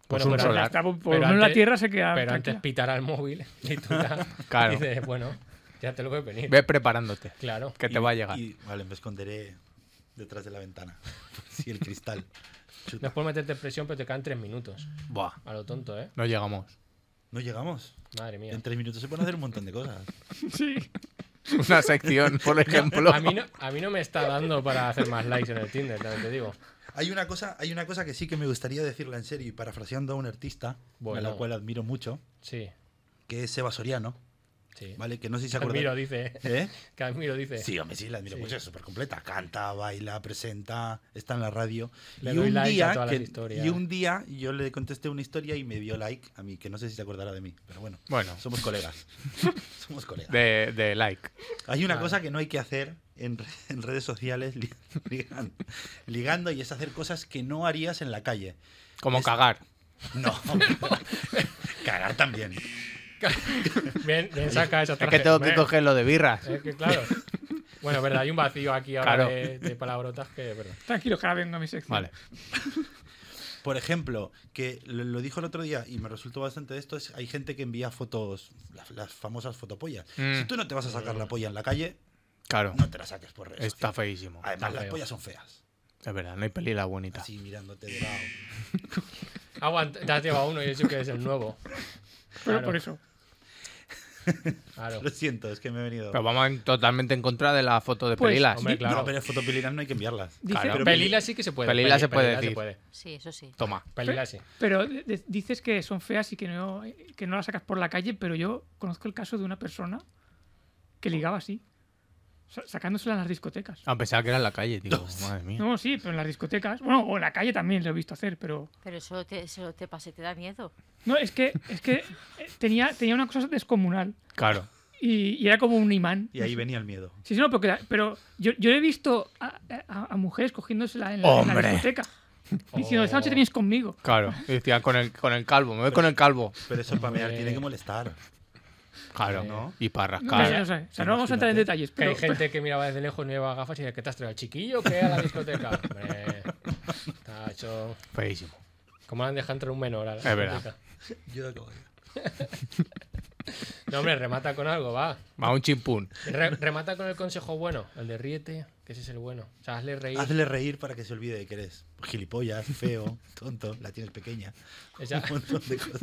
C: Pues
B: Bueno,
C: un
B: pero-
C: solar.
F: Hasta por por
B: Pero
F: lo menos la
B: antes-
F: tierra se queda.
B: Pero antes
F: Ah, tranquila.
B: pitar al móvil y tú ya
C: Claro.
B: dices, bueno, ya te lo ves venir.
C: Ve preparándote,
B: Claro.
C: que te
D: Y-
C: va a llegar.
D: Y, vale, me esconderé detrás de la ventana. Sí, el cristal. Chuta.
B: No es por meterte en presión, pero te quedan tres minutos.
C: Buah,
B: A lo tonto, ¿eh?
C: no llegamos.
D: No llegamos.
B: Madre mía.
D: En tres minutos se pueden hacer un montón de cosas.
F: Sí.
C: Una sección, por ejemplo.
B: A mí, no, a mí no me está dando para hacer más likes en el Tinder, también te digo.
D: Hay una cosa, hay una cosa que sí que me gustaría decirla en serio y parafraseando a un artista, a
B: Bueno.
D: la cual admiro mucho,
B: Sí,
D: que es Seba Soriano,
B: sí.
D: ¿vale? Que no sé si se acuerdan.
B: Casimiro dice.
D: ¿Eh?
B: Casimiro dice.
D: Sí, hombre, sí, la admiro
B: Sí.
D: mucho, es súper completa. Canta, baila, presenta, está en la radio.
B: Le doy like a todas las historias.
D: y un día yo le contesté una historia y me dio like a mí, que no sé si se acordará de mí, pero bueno.
C: Bueno,
D: Somos colegas. Somos colegas.
C: de, de like.
D: Hay
B: Ah.
D: una cosa que no hay que hacer en, re- en redes sociales li- ligan- ligando y es hacer cosas que no harías en la calle.
C: Como
D: Es-
C: cagar.
D: No. Cagar también.
B: Ven, ven, saca esa
C: Es
B: tarjeta.
C: que tengo que
B: Ven.
C: coger lo de birras.
B: Es que claro. Bueno, verdad, hay un vacío aquí ahora
C: Claro.
B: de, de palabrotas que, verdad.
F: Tranquilo, que ahora vengo a mi sección.
C: Vale.
D: Por ejemplo, que lo, lo dijo el otro día y me resultó bastante de esto, es hay gente que envía fotos, las, las famosas fotopollas.
C: Mm.
D: Si tú no te vas a sacar la polla en la calle,
C: Claro,
D: no te la saques por redes
C: está
D: sociales.
C: feísimo.
D: Además,
B: Está
D: las
B: feo.
D: pollas son feas.
C: Es verdad, no hay peli la bonita.
D: Así mirándote de lado.
B: Aguanta, te has llevado uno y eso que es el nuevo.
F: Pero
B: Claro.
F: por eso.
B: Claro.
D: Lo siento, es que me he venido.
C: Pero vamos en- totalmente en contra de la foto de
F: Pues,
C: pelilas.
B: Hombre, claro.
D: No, pero fotopilinas no hay que enviarlas.
F: Dice-
C: Claro.
D: Pero-
B: Pelila sí que se puede.
C: Pelila
B: Peli-
C: se puede decir.
E: Sí, eso sí.
C: Toma.
B: Pelila sí.
F: Pero de- de- dices que son feas y que no, que no las sacas por la calle, pero yo conozco el caso de una persona que ligaba así, sa- sacándosela en las discotecas.
C: A pesar que era en la calle, tío. Madre mía.
F: No, sí, pero en las discotecas. Bueno, o en la calle también lo he visto hacer, pero.
E: Pero eso te, eso te pasa, te da miedo.
F: No, es que, es que eh, tenía, tenía una cosa descomunal
C: Claro.
F: y, y era como un imán.
D: Y ahí venía el miedo.
F: Sí, sí, no, porque la- pero yo, yo he visto a, a- a mujeres cogiéndosela en la, en la
C: ¡Hombre!
F: discoteca. Diciendo, esta noche
B: Oh.
F: te vienes conmigo.
C: Claro. Y decía, con el, con el calvo, me voy con el calvo.
D: Pero eso para mear
B: Hombre.
D: tiene que molestar.
C: Claro.
D: ¿No?
C: Y para
F: No, no sé,
C: rascar.
F: no sé. O sea, no vamos a entrar en
D: Imagínate.
F: detalles,
B: Que
F: pero.
B: hay gente que miraba desde lejos, no llevaba gafas y decía, ¿qué te has traído? ¿El chiquillo o qué a la discoteca? Hombre, está hecho...
C: Feísimo.
B: ¿Cómo han dejado entrar un menor a la
C: Es verdad.
B: discoteca? No, hombre, remata con algo, va.
C: Va un chimpún.
B: Re- remata con el consejo bueno, el de ríete, que ese es el bueno. O sea, hazle reír.
D: Hazle reír para que se olvide de que eres gilipollas, feo, tonto, la tienes pequeña.
B: Esa-
D: Un montón de cosas.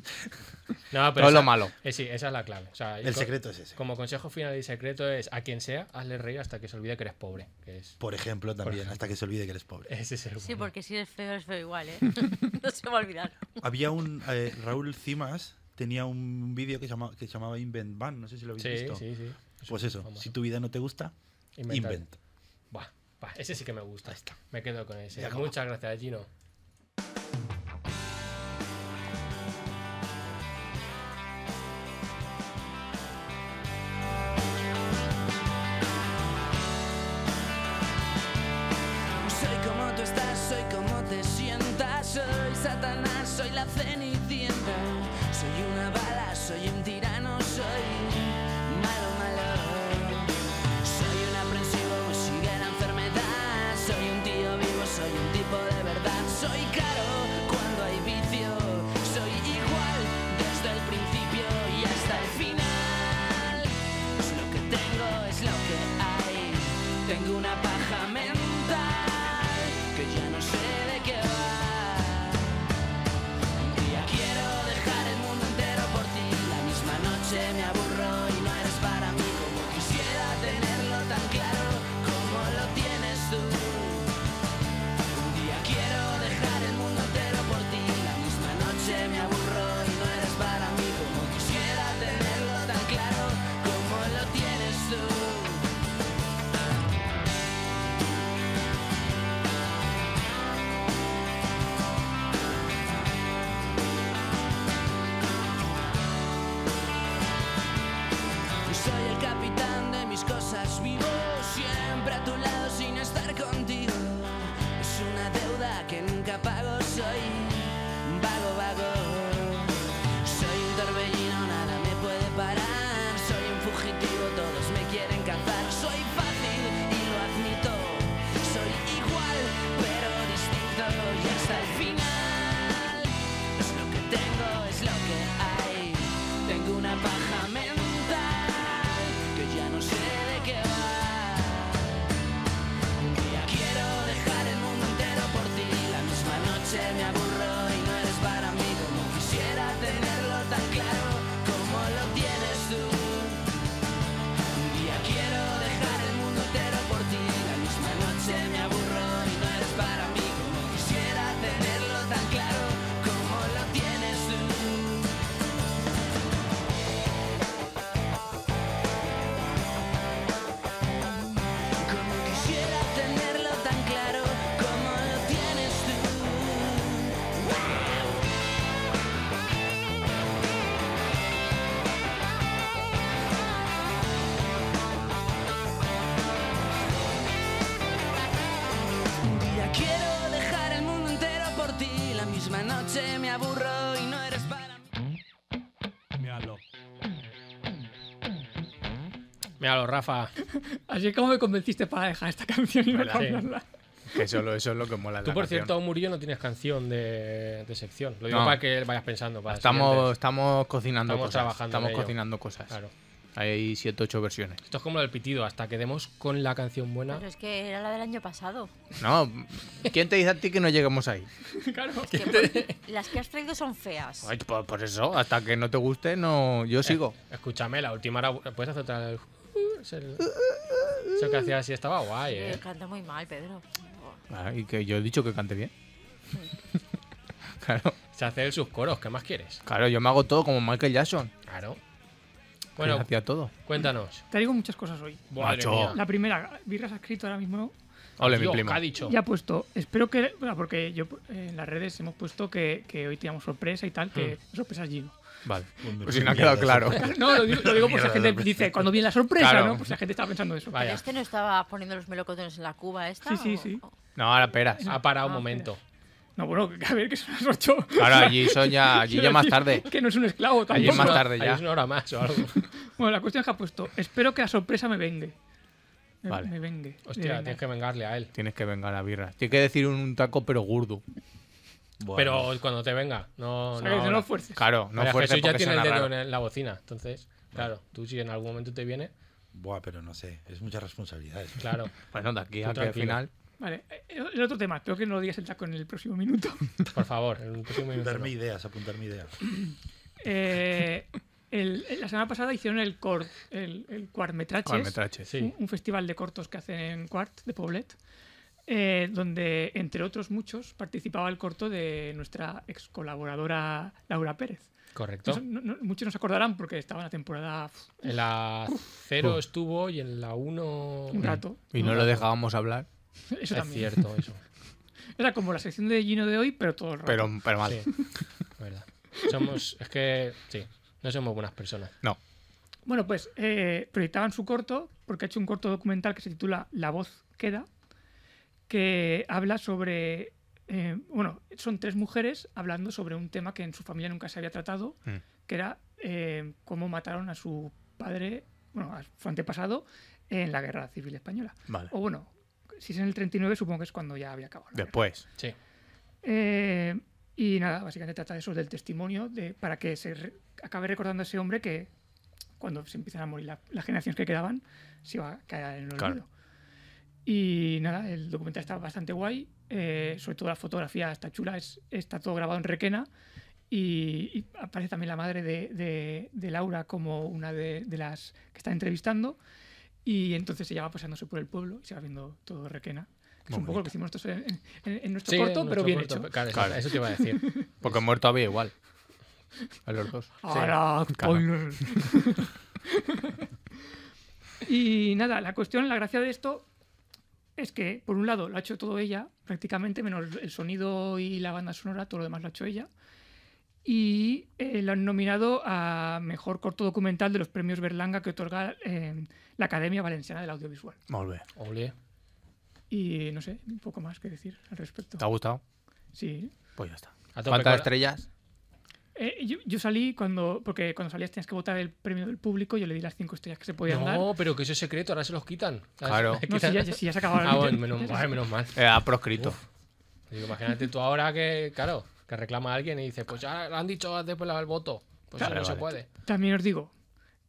B: No,
C: Todo
B: esa-
C: lo malo.
B: eh, sí, esa es la clave. O sea,
D: El
B: co-
D: secreto es ese.
B: Como consejo final y secreto es a quien sea, hazle reír hasta que se olvide que eres pobre. Que es,
D: Por ejemplo, también, hasta que se olvide que eres pobre.
B: ese es el
E: Sí,
B: bueno.
E: porque si eres feo, eres feo igual, ¿eh? no se va a olvidar.
D: Había un. eh, Raúl Cimas tenía un vídeo que, llama- que llamaba Invent Van, no sé si lo habéis
B: Sí,
D: visto.
B: sí, sí.
D: Pues eso,
B: Vamos.
D: si tu vida no te gusta,
B: Inventar.
D: invent.
B: Buah, buah, ese sí que me gusta.
D: Ahí está.
B: Me quedo con ese.
D: Ya acabó.
B: Muchas gracias, Gino.
G: Soy como tú estás, soy como te sientas, soy Satanás, soy la cenicienta, soy una bala, soy un tirano, soy malo, malo. Soy un aprensivo, sigue la enfermedad, soy un tío vivo, soy un tipo de verdad, soy caro cuando hay vicio, soy igual desde el principio y hasta el final. Es lo que tengo, es lo que hay. Tengo una paja mental que ya no sé de qué va. Un día quiero dejar el mundo entero por ti. La misma mis cosas, vivo siempre a tu lado sin estar contigo. Es una deuda que nunca pago, soy vago, vago. Soy un torbellino, nada me puede parar. Soy un fugitivo, todos me quieren cazar. Soy fácil y lo admito. Soy igual, pero distinto. Y hasta el final es lo que tengo, es lo que hay. Tengo una paja mental que ya no sé de qué va. Ya quiero dejar el mundo entero por ti. La misma noche me aburro y no eres para mí como quisiera tenerlo tan claro como lo tienes tú. Ya quiero dejar el mundo entero por ti. La misma noche me aburro y no eres para mí como quisiera tenerlo tan claro como lo tienes tú. Como quisiera tenerlo tan claro como lo tienes tú. Un día quiero dejar el mundo entero por ti. La misma noche me aburro y no eres para mí.
D: Míralo.
B: Míralo, Rafa.
F: Así es como me convenciste para dejar esta canción y no
C: Verdad.
F: cambiarla.
C: Que solo eso es lo que mola. de
B: Tú,
C: la
B: por
C: canción.
B: cierto, aún Murillo no tienes canción de, de sección. Lo digo
C: No.
B: para que vayas pensando. para
C: Estamos,
B: siguientes.
C: estamos cocinando
B: Estamos
C: cosas.
B: trabajando en
C: estamos
B: ello.
C: cocinando cosas.
B: Claro.
C: Hay 7 8 versiones.
B: Esto es como lo del pitido. Hasta que demos con la canción buena.
E: Pero es que era la del año pasado.
C: No, ¿quién te dice a ti que no lleguemos ahí?
F: Claro.
E: Es que las que has traído son feas.
C: Ay, pues, pues eso, hasta que no te guste, no, yo sigo.
B: Escúchame, la última era. ¿Puedes hacer otra? del- Es el- Eso que hacía así estaba guay,
E: Eh,
B: eh.
E: canta muy mal, Pedro.
C: Ah, y que yo he dicho que cante bien. claro,
B: Se hace él sus coros. ¿Qué más quieres?
C: claro, yo me hago todo como Michael Jackson.
B: Claro.
C: Bueno,
B: Bueno,
C: hacía todo.
B: cuéntanos.
F: Te digo muchas cosas hoy.
B: Madre
C: Macho.
B: mía.
F: La primera, Birras ha escrito ahora mismo
C: Ole,
B: Tío,
C: mi primo.
B: ¿qué ha dicho?
F: Ya ha puesto, espero que. bueno, porque yo eh, en las redes hemos puesto que, que hoy teníamos sorpresa y tal, que
C: Hmm.
F: sorpresa allí.
C: Vale,
D: Cuando
C: pues si
D: tú
C: no ha quedado
D: mierdas,
C: claro.
F: No, lo digo, lo digo por si la gente dice, cuando viene la sorpresa,
C: Claro.
F: ¿no? Pues la gente está pensando eso.
B: Vaya.
E: ¿Este no estaba poniendo los melocotones en la cuba esta?
F: Sí, sí,
E: o-
F: sí.
E: o-
C: No, ahora esperas.
B: Ha parado un
F: Ah,
B: momento.
F: No, bueno, que- a ver, que son las 8.
C: Claro, allí son ya, allí ya más tarde.
F: Que no es un esclavo tampoco.
C: Allí es más tarde.
B: Ahí
C: ya.
B: Es una hora más o algo.
F: Bueno, la cuestión es que ha puesto, espero que la sorpresa me vengue. Me,
C: Vale.
F: me vengue. Me
B: Hostia,
F: venga.
B: tienes que vengarle a él.
C: Tienes que vengar a la birra. Tienes que decir un taco, pero gordo.
D: Bueno,
B: Pero cuando te venga, no.
F: O
B: no
F: sea, que no
B: ahora.
F: lo fuerces.
C: Claro, no
B: María
C: fuerte
B: Jesús ya
C: porque
B: tiene el
C: suena
B: dedo
C: raro.
B: en la bocina. Entonces, claro, tú si en algún momento te viene,
D: Buah, pero no sé. Es mucha responsabilidad. eso.
B: claro.
C: Bueno, de
B: Tú
C: aquí a que al
B: tranquilo.
C: final.
F: Vale, eh, el otro tema, espero que no lo digas el taco en el próximo minuto.
B: Por favor, en un próximo minuto.
D: Apuntarme
B: no.
D: ideas, apuntarme ideas.
F: Eh, el- la semana pasada hicieron el cort, el, el cuartmetraches.
C: Joder, me trache.
B: Sí.
F: un, un festival de cortos que hacen en Quart de Poblet, eh, donde entre otros muchos participaba el corto de nuestra ex colaboradora Laura Pérez.
B: Correcto.
F: No- no- muchos nos acordarán porque estaba en la temporada pf,
B: En la 0 estuvo y en la 1.
F: un rato.
C: Mm. Y no lo dejábamos hablar,
F: Eso
B: Es
F: también.
B: cierto, eso.
F: Era como la sección de Gino de hoy, pero todo el rato.
C: pero, pero mal.
B: Sí. Verdad. Somos. Es que. Sí. No somos buenas personas.
C: No.
F: Bueno, pues eh, proyectaban su corto porque ha hecho un corto documental que se titula La voz queda, que habla sobre... eh, bueno, son tres mujeres hablando sobre un tema que en su familia nunca se había tratado,
C: Mm.
F: que era eh, cómo mataron a su padre, bueno, a su antepasado en la Guerra Civil Española.
C: Vale.
F: O bueno, si es en el 39 supongo que es cuando ya había acabado. la guerra.
C: Después.
B: Sí.
F: Eh, y nada, básicamente trata de eso, del testimonio, de, para que se re- acabe recordando a ese hombre que cuando se empiezan a morir la- las generaciones que quedaban, se va a caer en el olvido.
C: Claro.
F: Y nada, el documental está bastante guay, eh, sobre todo la fotografía está chula, es- está todo grabado en Requena y, y aparece también la madre de, de- de Laura como una de, de las que está entrevistando y entonces ella va paseándose por el pueblo y se va viendo todo Requena. que es
C: Muy
F: un poco
C: bonito.
F: lo que hicimos nosotros en, en- en nuestro
B: Sí,
F: corto,
B: nuestro
F: pero bien
B: corto,
F: hecho.
B: Claro, eso-
C: Claro.
B: eso te iba a decir.
C: Porque muerto había igual. A los dos.
F: Ahora,
C: claro.
F: spoiler. y nada, la cuestión, la gracia de esto es que, por un lado, lo ha hecho todo ella, prácticamente, menos el sonido y la banda sonora, todo lo demás lo ha hecho ella. y eh, lo han nominado a mejor corto documental de los premios Berlanga que otorga eh, la Academia Valenciana del Audiovisual.
C: Molt bé.
B: Ole.
F: Y no sé, un poco más que decir al respecto.
C: ¿Te ha gustado?
F: Sí.
C: Pues ya está.
B: A tope con
C: ¿Cuántas
B: la-
C: estrellas?
F: Eh, yo, yo salí cuando, porque cuando salías tenías que votar el premio del público, yo le di las cinco estrellas que se podían dar.
B: No, pero que eso es secreto, ahora se los quitan. ¿Sabes?
C: Claro.
F: No, si ya, si ya se acababa
B: Ah,
F: el-
B: bueno, menos, mal, menos mal.
C: Eh, ha proscrito.
B: Digo, imagínate tú ahora que, claro, que reclama a alguien y dices, pues ya lo han dicho antes por el voto. Pues
C: Claro,
B: eso no
C: vale.
B: se puede.
F: También os digo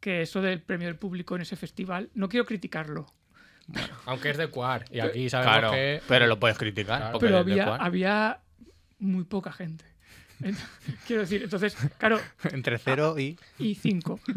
F: que eso del premio del público en ese festival, no quiero criticarlo,
B: Aunque es de cuar. Y aquí sabemos
C: Claro.
B: que.
C: Pero lo puedes criticar.
B: Claro.
C: porque
F: pero
C: eres de
F: había,
C: Juan.
F: había muy poca gente. Ent- quiero decir, entonces, claro,
C: Entre cero y.
F: y cinco.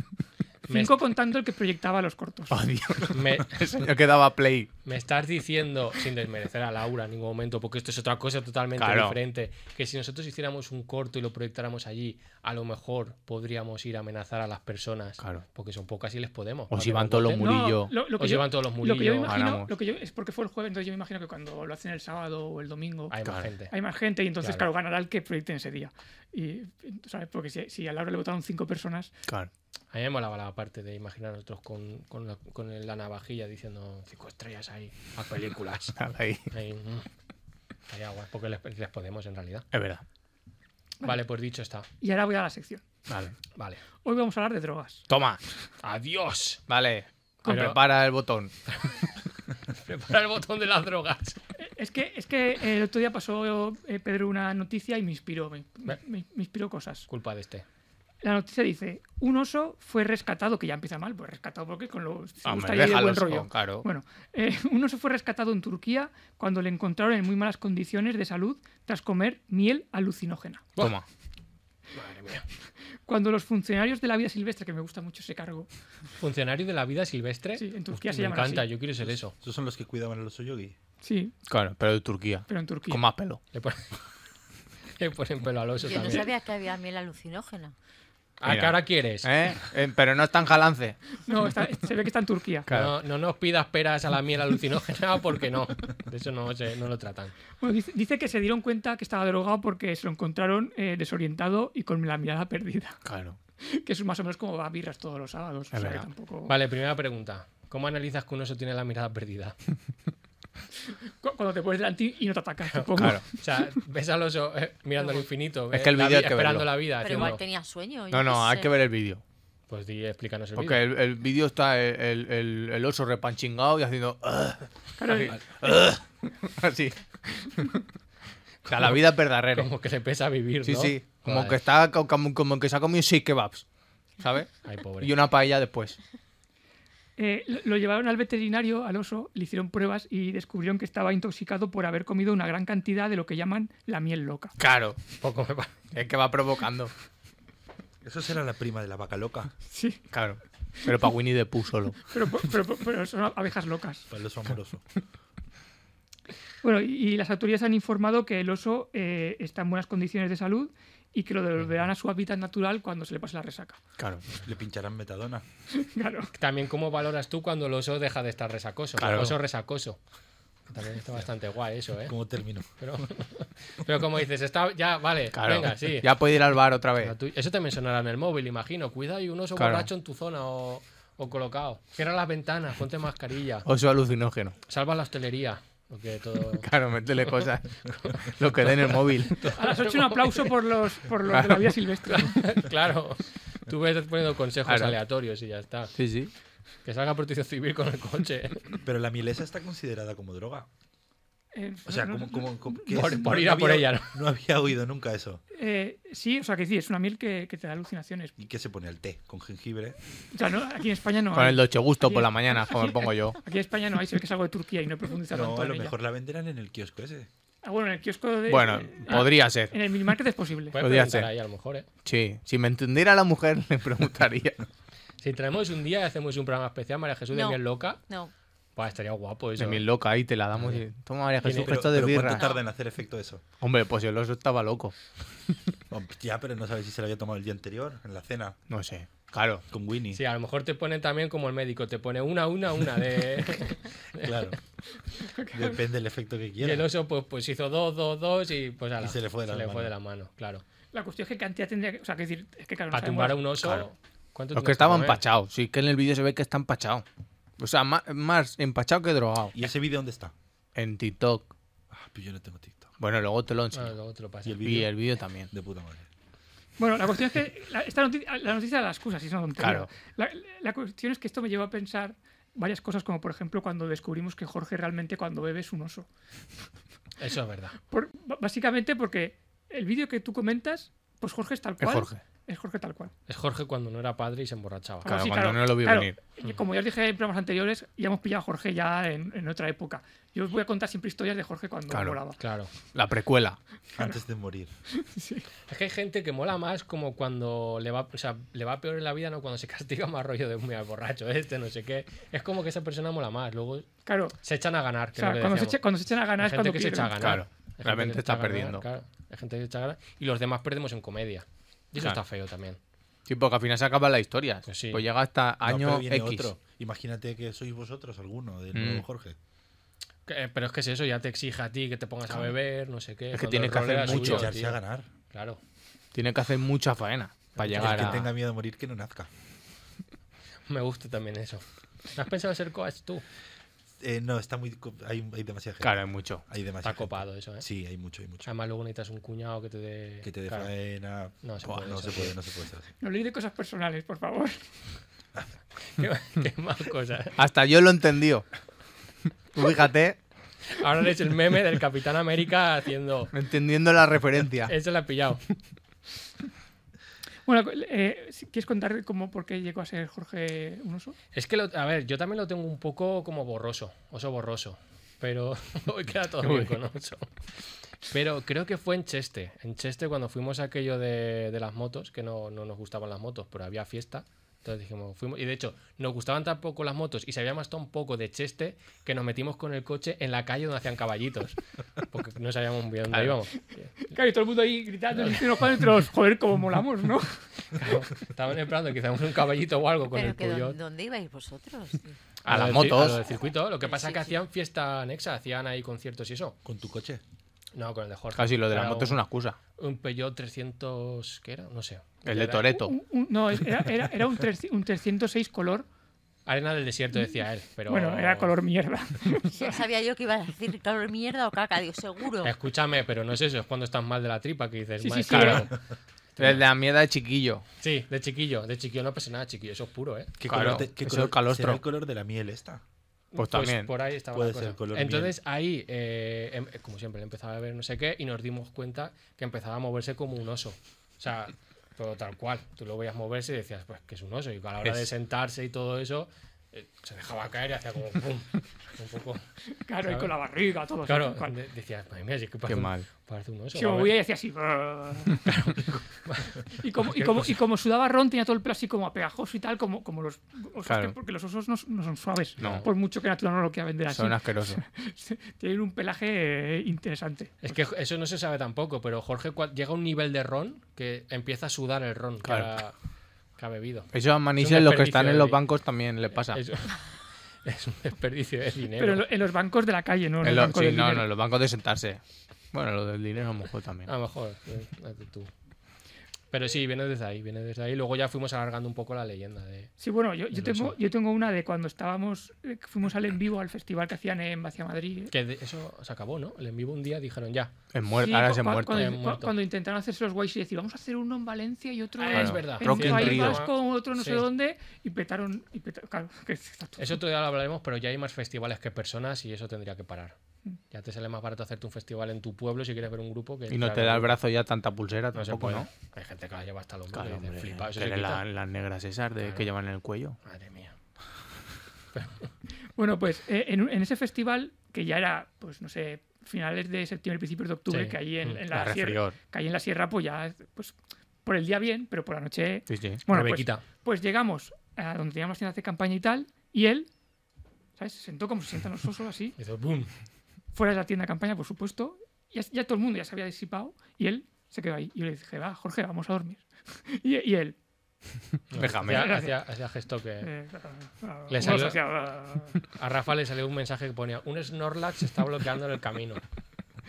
B: Me- Ah,
F: Cinco contando el que proyectaba los cortos.
C: Oh, Dios.
B: Me,
C: El señor que daba play.
B: me estás diciendo, sin desmerecer a Laura en ningún momento, porque esto es otra cosa totalmente
C: Claro.
B: diferente, que si nosotros hiciéramos un corto y lo proyectáramos allí, a lo mejor podríamos ir a amenazar a las personas.
C: Claro.
B: Porque son pocas y les podemos.
C: O si
B: Cuando
C: van
B: nos
C: todos los
B: voten,
C: muros. Murillo.
F: lo, lo
B: Os llevan todos los
F: Lo que yo
B: Murillo,
F: me imagino,
C: ganamos.
F: lo que yo, es porque fue el jueves, entonces yo me imagino que cuando lo hacen el sábado o el domingo
B: Hay más
C: Claro.
B: gente.
F: hay más gente y entonces,
B: Claro.
F: claro, ganará el que proyecten ese día. Y, ¿sabes? Porque si, si a Laura le votaron cinco personas,
C: Claro.
B: A mí me molaba la parte de imaginar a nosotros con, con la, con el- la navajilla diciendo cinco estrellas ahí a películas.
C: Ahí.
B: Ahí, mm. Estaría guay, porque les, les podemos en realidad.
C: Es verdad.
B: Vale, pues dicho está.
F: y ahora voy a la sección.
C: Vale.
B: Vale.
F: Hoy vamos a hablar de drogas.
C: Toma.
B: ¡Adiós!
C: Vale.
B: Pero-
C: Prepara el botón.
B: Prepara el botón de las drogas.
F: Eh, Es que, es que el otro día pasó eh, Pedro una noticia y me inspiró, me, me- me- me inspiró cosas.
B: Culpa de este.
F: La noticia dice, un oso fue rescatado, que ya empieza mal, pues rescatado porque con los... si
C: Hombre,
F: gusta ir de buen
C: déjalos,
F: rollo.
C: oh, claro.
F: Bueno, eh, un oso fue rescatado en Turquía cuando le encontraron en muy malas condiciones de salud tras comer miel alucinógena.
C: Toma.
B: Madre mía.
F: Cuando los funcionarios de la vida silvestre, que me gusta mucho ese cargo,
B: Funcionario de la vida silvestre.
F: Sí, en Turquía
B: Hostia,
F: se
B: Me
F: llaman
B: encanta,
F: así.
B: yo quiero ser eso.
D: Esos son los que cuidaban al oso yogi.
F: sí,
C: Claro, pero de Turquía.
F: pero en Turquía.
C: Con más pelo.
B: Le ponen, le ponen pelo al oso
E: Yo no
B: también.
E: sabía que había miel alucinógena.
B: ¿A qué
C: Mira.
B: ahora quieres?
C: ¿Eh? Eh, pero no es tan jalance.
F: No, está- se ve que está en Turquía.
C: Claro.
B: No, no nos pidas peras a la miel alucinógena porque no. De eso no, se- no lo tratan.
F: Bueno, dice, dice que se dieron cuenta que estaba drogado porque se lo encontraron eh, desorientado y con la mirada perdida.
C: Claro.
F: Que es más o menos como va a birras todos los sábados. o sea que
C: verdad.
F: tampoco...
B: Vale, primera pregunta. ¿Cómo analizas que un oso tiene la mirada perdida?
F: Cu- Cuando te pones delante y no te atacas, supongo.
C: Claro.
B: O sea, ves al oso eh, mirando al infinito,
C: Es
B: eh,
C: que el
B: la
C: vídeo
B: vida-
C: hay que
B: esperando
C: verlo.
B: la vida.
E: Pero
B: haciendo-
E: igual tenía sueño. yo
C: No, no,
E: qué
C: hay
E: sé.
C: que ver el vídeo.
B: Pues di, explícanos el
C: Porque
B: vídeo.
C: el, el vídeo está el, el- el- el oso repanchingado y haciendo. "Ugh",
F: Claro, eh,
C: Así. O sea, la vida es verdadera.
B: Como que le pesa vivir,
C: Sí,
B: ¿no?
C: sí. Como
B: Joder.
C: que está co- como, como que se ha comido seis kebabs. ¿Sabes?
B: Ay, pobre.
C: Y una paella después.
F: eh, lo- lo llevaron al veterinario, al oso, le hicieron pruebas y descubrieron que estaba intoxicado por haber comido una gran cantidad de lo que llaman la miel loca.
C: Claro.
B: Poco me parece.
C: Es que va provocando.
D: Eso será la prima de la vaca loca.
F: Sí,
C: Claro. Pero para Winnie the Pooh solo.
F: pero, po- pero, po- pero son abejas locas.
D: Para el oso amoroso.
F: Bueno, y, y las autoridades han informado que el oso eh, está en buenas condiciones de salud y que lo devolverán a su hábitat natural cuando se le pase la resaca.
C: Claro.
D: Le pincharán metadona.
F: Claro.
B: También cómo valoras tú cuando el oso deja de estar resacoso.
C: Claro.
B: Oso resacoso. También está bastante guay eso, ¿eh?
D: ¿Cómo terminó?
B: Pero, pero como dices, está ya, vale,
C: Claro.
B: venga, sí.
C: Ya puede ir al bar otra
B: La
C: vez.
B: tu- Eso también sonará en el móvil, imagino. Cuidado, hay un oso
C: Claro.
B: borracho en tu zona o, o colocado. Cierra las ventanas, ponte mascarilla.
C: Oso alucinógeno.
B: Salva la hostelería. Lo que todo...
C: Claro, métele cosas. Lo que dé en el móvil.
F: A las 8 un aplauso por los, por los de la vida silvestre.
B: claro. Tú ves poniendo consejos
C: Claro.
B: aleatorios y ya está.
C: Sí, sí.
B: Que salga protección civil con el coche.
D: Pero la mielesa está considerada como droga.
F: Eh,
D: O sea,
F: no-
D: como, como, como- ¿qué
B: Por-
D: es?
B: por ir a por
D: había-
B: ella,
D: No había oído nunca eso.
F: eh, sí, o sea, que sí, es una miel que, que te da alucinaciones.
D: ¿Y qué se pone al té? Con jengibre.
F: O sea, no, aquí en España no
C: Con
F: hay.
C: el doche gusto por la mañana, como me pongo yo.
F: Aquí en España no hay, se ve que es algo de Turquía y no he profundizado
D: No,
F: tanto
D: a
F: en
D: lo
F: ella.
D: mejor la venderán en el kiosco ese.
F: Ah, bueno, en el kiosco de...
C: Bueno,
F: eh,
C: podría ser.
F: En el minimarket es posible.
B: Puedes
C: Podría
B: preguntar
C: ser.
B: ahí, a lo mejor, ¿eh?
C: Sí. Si me entendiera la mujer, le preguntaría.
B: Si traemos un día y hacemos un programa especial, María Jesús de
E: No.
B: Miel Loca,
E: No,
B: pues estaría guapo eso.
C: De mi loca, ahí te la damos. y- Toma, María
B: Tiene-
C: Jesús,
D: Pero,
C: esto de
D: pero ¿cuánto
C: birra.
D: tarda en hacer efecto eso?
C: Hombre, pues el oso estaba loco.
D: Oh, Ya, pero no sabes si se lo había tomado el día anterior, en la cena,
C: No sé. Claro.
D: con Winnie.
B: Sí, a lo mejor te ponen también como el médico, te pone una, una, una de...
D: Claro. Depende del efecto que
B: y el
D: quieras.
B: oso pues, pues hizo dos, dos, dos y pues ala,
D: Y se le fue de las manos.
B: la mano, claro.
F: La cuestión es que cantidad tendría que. O sea, que decir, es que claro, no
B: Para tumbar a
F: sabemos-
B: un oso.
C: Claro.
B: ¿cuánto
C: Los
B: tienes
C: que estaban
B: mover?
C: empachados. Sí, que en el vídeo se ve que está empachado. O sea, ma- más, empachado que drogado.
D: ¿Y ese vídeo dónde está?
C: En TikTok.
D: Ah, pues yo no tengo TikTok.
C: Bueno, luego te lo
B: Bueno,
C: enseño.
B: luego te Ah, lo paso.
D: Y el
C: y
D: vídeo
C: el vídeo también.
D: de puta madre.
F: Bueno, la cuestión es que la, esta noticia, la noticia de las excusas, si es una tontería.
C: Claro.
F: La, la cuestión es que esto me llevó a pensar varias cosas, como por ejemplo cuando descubrimos que Jorge realmente cuando bebe es un oso.
B: Eso es verdad.
F: Por- b- básicamente porque el vídeo que tú comentas, pues Jorge es tal
C: Es
F: cual.
C: Jorge.
F: Es Jorge tal cual.
B: Es Jorge cuando no era padre y se emborrachaba.
C: Claro,
F: Así,
C: cuando no lo vio
F: claro,
C: venir.
F: y Como ya os dije en programas anteriores, ya hemos pillado a Jorge ya en, en otra época. Yo os voy a contar siempre historias de Jorge cuando
C: Claro.
F: volaba.
B: Claro.
C: La precuela.
D: Antes de morir.
B: Es que hay gente que mola más como cuando le va, o sea, le va peor en la vida, no cuando se castiga más rollo de muy borracho este, no sé qué. Es como que esa persona mola más. Luego
F: Claro,
B: se echan a ganar.
F: o
B: Que
F: sea,
B: es lo que
F: cuando se,
B: decíamos.
F: echa- cuando se echan a
B: Hay
F: ganar es
B: gente
F: cuando
B: que se echa a
F: pierden.
B: ganar.
C: Claro.
B: Hay gente
C: Realmente
B: que se echa
C: está
B: a ganar,
C: perdiendo.
B: claro. Hay gente que se echa a ganar. Y los demás perdemos en comedia. Y eso
C: Claro.
B: está feo también.
C: Sí, porque al final se acaba la historia.
B: Pues sí.
C: Pues llega hasta
D: No,
C: año
D: pero viene
C: X.
D: otro. Imagínate que sois vosotros alguno del
C: Mm.
D: nuevo Jorge.
B: Que- eh, Pero es que es eso, ya te exige a ti que te pongas a beber, no sé qué.
C: Es que
B: cuando
C: tienes
B: el
C: que
B: rol
C: hacer
B: era suyo,
C: mucho.
D: Echarse
B: tío.
D: a ganar.
B: Claro.
C: Tiene que hacer mucha faena para llegar
D: el
C: a...
D: que tenga miedo a morir, que no nazca.
B: Me gusta también eso. ¿No has pensado ser coach tú?
D: Eh, no, está muy. co- Hay, hay demasiada gente.
C: Claro, es mucho.
D: Hay
B: Está
D: demasiada gente.
B: copado eso, ¿eh?
D: Sí, hay mucho, hay mucho.
B: Además, luego necesitas un cuñado que te dé.
D: Que te dé
B: claro.
D: faena.
B: No se
D: Buah,
B: puede
D: no
B: eso,
D: se puede, no se puede ser así.
F: No leí de cosas personales, por favor.
B: Qué, qué mal cosa.
C: Hasta yo lo entendió. Tú fíjate,
B: Ahora eres el meme del Capitán América haciendo.
C: entendiendo la referencia.
B: Eso lo ha pillado.
F: Bueno, eh, si ¿quieres contar cómo, por qué llegó a ser Jorge un oso?
B: Es que, lo- a ver, yo también lo tengo un poco como borroso, oso borroso. Pero hoy queda todo bien con oso. Pero creo que fue en Cheste. En Cheste, cuando fuimos a aquello de, de las motos, que no, no nos gustaban las motos, pero había fiesta. Entonces dijimos, fuimos. Y de hecho, nos gustaban tampoco las motos y sabíamos tan poco de Cheste que nos metimos con el coche en la calle donde hacían caballitos. Porque no sabíamos muy bien dónde
C: Claro.
B: íbamos.
F: Claro, y todo el mundo ahí gritando unos cuadros entre los, joder, cómo molamos, ¿no?
B: Claro, estaban esperando quizás un caballito o algo con
E: Pero
B: el
E: que
B: Peugeot.
E: ¿dónde, dónde ibais vosotros? tío?
B: lo
C: A las
B: del ci-
C: motos.
B: A lo del circuito. Lo que pasa
E: Sí,
B: es que
E: sí.
B: hacían fiesta anexa, hacían ahí conciertos y eso.
D: ¿Con tu coche?
B: No, con el de Jorge.
C: Casi Ah, lo de la
B: Era
C: moto es
B: un-
C: una excusa.
B: Un Peugeot 300, ¿qué era? No sé.
C: El de
B: Era-
C: Toreto.
F: Un- un- no, era, era, era un, 300 un 306 color.
B: Arena del desierto, decía él. Pero...
F: Bueno, era color mierda.
E: Ya sabía yo que iba a decir calor mierda o caca, digo, seguro.
B: Escúchame, pero no es eso, es cuando estás mal de la tripa que dices,
F: Sí,
B: "Madre
F: sí, sí,
B: mía".
F: era-
C: De la mierda de chiquillo.
B: Sí, de chiquillo, de chiquillo no pasa nada, chiquillo, eso es puro, ¿eh?
D: ¿Qué
C: Claro,
D: color, te- qué
C: eso es
D: color-
C: calostro.
D: será el color de la miel esta?
C: Pues también.
B: por ahí estaba
D: Puede
B: la cosa.
D: ser color
B: Entonces ahí, eh, em- como siempre, le empezaba a ver no sé qué y nos dimos cuenta que empezaba a moverse como un oso. O sea, todo tal cual. Tú lo veías moverse y decías, pues que es un oso. Y a la hora de
C: Es-
B: sentarse y todo eso, eh, se dejaba caer y hacía como pum. Un poco.
F: Claro, y con la barriga, todo. así,
B: Claro,
F: tal cual.
B: de- decías, madre mía, sí que parece, un-
C: mal.
B: parece un oso.
F: Se
B: Vamos a
F: movía y
B: ver.
F: hacía así. brrr. y, como, y, como, y como sudaba ron, tenía todo el pelo así como pegajoso y tal, como, como los osos.
C: Claro.
F: que- porque los osos no, no son suaves.
C: No.
F: Por mucho que Natura no lo quiera vender así.
C: Son asquerosos.
F: Tienen un pelaje eh, interesante.
B: Es que eso no se sabe tampoco, pero Jorge cua- llega a un nivel de ron que empieza a sudar el ron que
C: Claro.
B: ha- que ha bebido.
C: Esos
B: Es
C: amanises,
B: un
C: los que
B: desperdicio
C: están
B: de
C: en los
B: di-
C: bancos, también le pasa.
B: Es, es un desperdicio de dinero.
F: Pero en, lo- en los bancos de la calle, ¿no? En
C: En
F: el
C: los-
F: banco
C: sí,
F: del
C: no,
F: dinero.
C: no, en los bancos de sentarse. Bueno, lo del dinero a lo mejor también.
B: A lo mejor, eh, hazte tú. Pero sí, viene desde ahí, viene desde ahí. Luego ya fuimos alargando un poco la leyenda de.
F: Sí, bueno, yo, yo
B: El
F: tengo,
B: oso.
F: yo tengo una de cuando estábamos, eh, que fuimos al en vivo al festival que hacían en Vacia Madrid.
B: Que de- eso se acabó, ¿no? El en vivo un día dijeron ya.
C: Es muerto,
F: Sí,
C: ahora
F: cu-
C: se
F: cu-
C: muerto.
F: Cuando,
B: Eh,
F: cu-
B: muerto.
F: cuando intentaron hacerse los guays y decir, vamos a hacer uno en Valencia y otro
B: Ah,
F: en,
B: es verdad.
F: en
C: Rock in
F: País
C: Río.
F: Vasco, otro no sé
B: Sí.
F: dónde, y petaron. Y peta- claro, que está todo-
B: Eso otro día lo hablaremos, pero ya hay más festivales que personas y eso tendría que parar.
F: Mm.
B: Ya te sale más barato hacerte un festival en tu pueblo si quieres ver un grupo que.
C: Y no
B: entrar
C: te
B: en
C: da
B: un
C: el brazo ya tanta pulsera
B: No se
C: tampoco,
B: puede.
C: ¿no?
B: Hay gente que la lleva hasta los
C: Claro,
B: claro,
C: hombre,
B: flipado. Eso
C: que
B: se
C: eres la-
B: quita.
C: las negras esas de, que
B: Claro.
C: llevan en el cuello.
B: Madre mía.
F: Bueno, pues eh, en, en ese festival, que ya era, pues no sé, finales de septiembre, principios de octubre,
B: Sí.
F: que ahí en,
B: Mm.
F: en
C: La
F: la, sierra,
C: refrior.
F: que ahí en la sierra, pues ya, pues por el día bien, pero por la noche.
C: Sí, sí.
F: Bueno, pues,
B: Rebequita.
F: pues llegamos a donde teníamos las tiendas de campaña y tal, y él, ¿sabes? Se sentó como se sientan los osos así.
B: Hizo boom.
F: fuera de la tienda de campaña, por supuesto. Ya, ya todo el mundo ya se había disipado y él se quedó ahí. Y yo le dije, va, Jorge, vamos a dormir. Y, y él.
C: Déjame.
B: Hacía, hacía- hacía gesto que.
F: eh, ah,
B: Le
F: un
B: salió-
F: oso, hacía, ah.
B: A Rafa le salió un mensaje que ponía: Un Snorlax está bloqueando en el camino.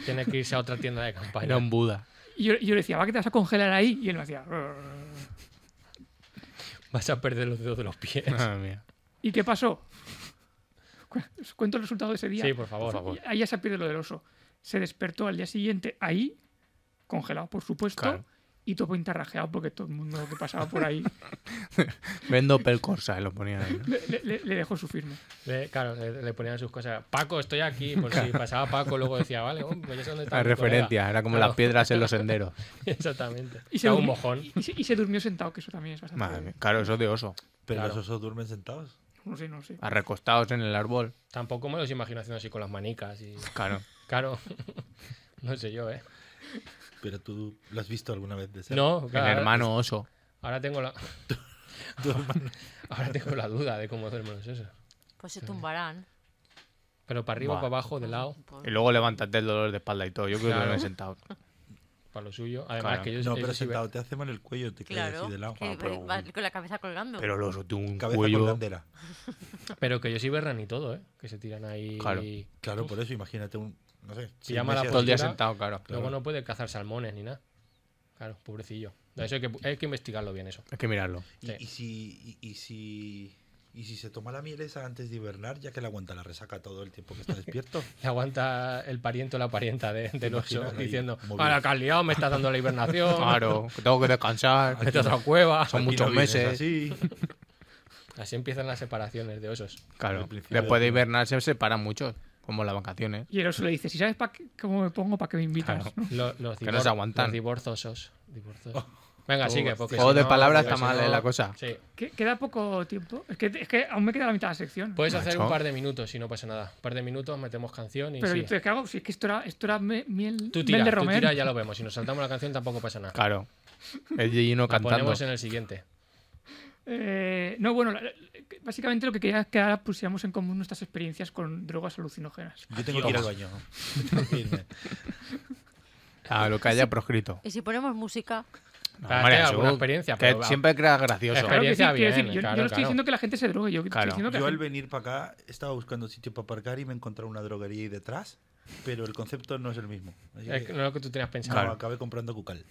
B: Tiene que irse a otra tienda de
C: Era
B: campaña.
C: un Buda.
F: Y yo, y yo le decía, va que te vas a congelar ahí. Y él me hacía. "Rrr".
B: Vas a perder los dedos de los pies.
C: Madre mía.
F: ¿Y qué pasó? Cu- Os cuento el resultado de ese día.
B: Sí, por favor.
F: Y Ahí ya se pierde lo del oso. Se despertó al día siguiente ahí, congelado, por supuesto,
C: Claro.
F: y todo pintarrajeado porque todo el mundo que pasaba por ahí
C: Vendo Pelcorsa, lo ponía ahí. ¿no?
F: le, le- le- le dejó su firma.
B: Le- claro, le, le ponían sus cosas. Paco, estoy aquí. Por si pasaba Paco, luego decía, vale, hombre, ya sé dónde está.
C: La
B: mi colega.
C: referencia, era como
B: Claro,
C: las piedras en los senderos.
B: Exactamente.
F: Y
B: Y
F: se,
B: un
F: durmi-
B: mojón.
F: y- y se- y se durmió sentado, que eso también es bastante.
C: Madre mía. Claro, eso es de oso.
D: Pero
B: Claro.
D: los osos duermen sentados.
F: No sé, no
C: Ah.
F: sé.
C: Arrecostados en el árbol.
B: Tampoco me los imagino haciendo así con las manicas. Y...
C: Claro.
B: Claro. No sé yo, ¿eh?
D: Pero tú lo has visto alguna vez de cerca.
B: No,
C: El
B: claro. ahora-
C: hermano oso.
B: Ahora tengo la,
D: Tu hermano.
B: ahora tengo la duda de cómo duermen los osos.
E: Pues se tumbarán.
B: Pero para arriba,
C: Buah.
B: para abajo, de lado,
E: Pues-
C: Y luego levántate el dolor de espalda y todo. Yo creo
B: Claro.
C: que lo he sentado.
B: para lo suyo. Además,
C: Claro.
B: que yo
D: No,
B: eso
D: pero
B: sí ve-
D: sentado te hace mal el cuello, te caes
E: Claro,
D: así de lado. Ah,
E: que
C: pero-
E: va con la cabeza colgando.
C: Pero el oso tiene un
D: Cabeza con
C: cuello.
D: bandera.
B: Pero que yo sí berran y todo, ¿eh? Que se tiran ahí.
C: Claro.
B: y
D: Claro, por eso imagínate un. No sé. seis
B: llama la
D: meses
C: Todo el día
B: Claro.
C: sentado, claro.
B: Luego no puede cazar salmones ni nada. Claro, pobrecillo. Eso hay que, hay que investigarlo bien, eso.
C: Hay que mirarlo.
D: Y,
B: Sí.
D: y si, y, y si, y si se toma la miel esa antes de hibernar, ya que la aguanta la resaca todo el tiempo que está despierto.
B: Le aguanta el pariente o la parienta de, del oso
D: imaginas ahí,
B: diciendo:
D: movido.
B: Ahora que has liado, me estás dando la hibernación.
C: Claro, que tengo que descansar.
B: Vete a otra cueva.
C: Son
D: Aquí
C: muchos
D: no vienes
C: meses.
D: Así.
B: Así empiezan las separaciones de osos.
C: Claro.
D: Al principio
C: Después de
D: de-
C: hibernar se separan muchos, como las vacaciones.
F: Y el oso le dice: Si sabes pa' qué- cómo me pongo, ¿para qué me invitas?
C: Claro.
F: ¿no?
B: Lo- Los,
C: Que no se aguantan. Oh.
B: Los divorzosos. divorzos. Venga, sigue. Porque
C: Juego
B: si
C: de
B: no-
C: palabras
B: porque
C: está
B: si
C: mal,
B: no-
C: eh, la cosa.
B: Sí.
F: Que- Queda poco tiempo. Es que, es que aún me queda la mitad de la sección.
B: Puedes hacer un
C: Macho.
B: par de minutos si no pasa nada. Un par de minutos, metemos canción y
F: Pero
B: sí.
F: entonces, ¿qué hago? Si es que esto era, esto era me- miel,
B: Tú
F: miel
B: tira,
F: de
B: tú
F: Romer.
B: tira, ya lo vemos. Si nos saltamos la canción tampoco pasa nada.
C: Claro. El Gino
B: Nos
C: cantando.
B: ponemos en el siguiente.
F: Eh, no, bueno, la- la- básicamente lo que quería es que ahora pusiéramos en común nuestras experiencias con drogas alucinógenas.
D: Yo tengo que ir al baño. Tengo que irme.
C: A lo que haya proscrito.
E: Y si ponemos música,
C: No,
B: Claro,
C: hombre,
B: es que alguna
C: eso-
B: experiencia,
C: que
B: pero va.
C: siempre creas gracioso. ¿eh?
B: Espera.
F: que sí,
B: Experiencia
F: quiero
B: bien,
F: decir, yo,
B: claro,
F: yo no estoy
B: claro.
F: diciendo que la gente se drogue, yo
C: Claro.
F: estoy diciendo que la
D: Yo al
F: gente-
D: venir para acá estaba buscando sitio para aparcar y me encontré una droguería ahí detrás, pero el concepto no es el mismo. Así que,
B: Es que no es lo que tú tenías
D: no,
B: pensado. Claro.
D: acabé comprando cucal.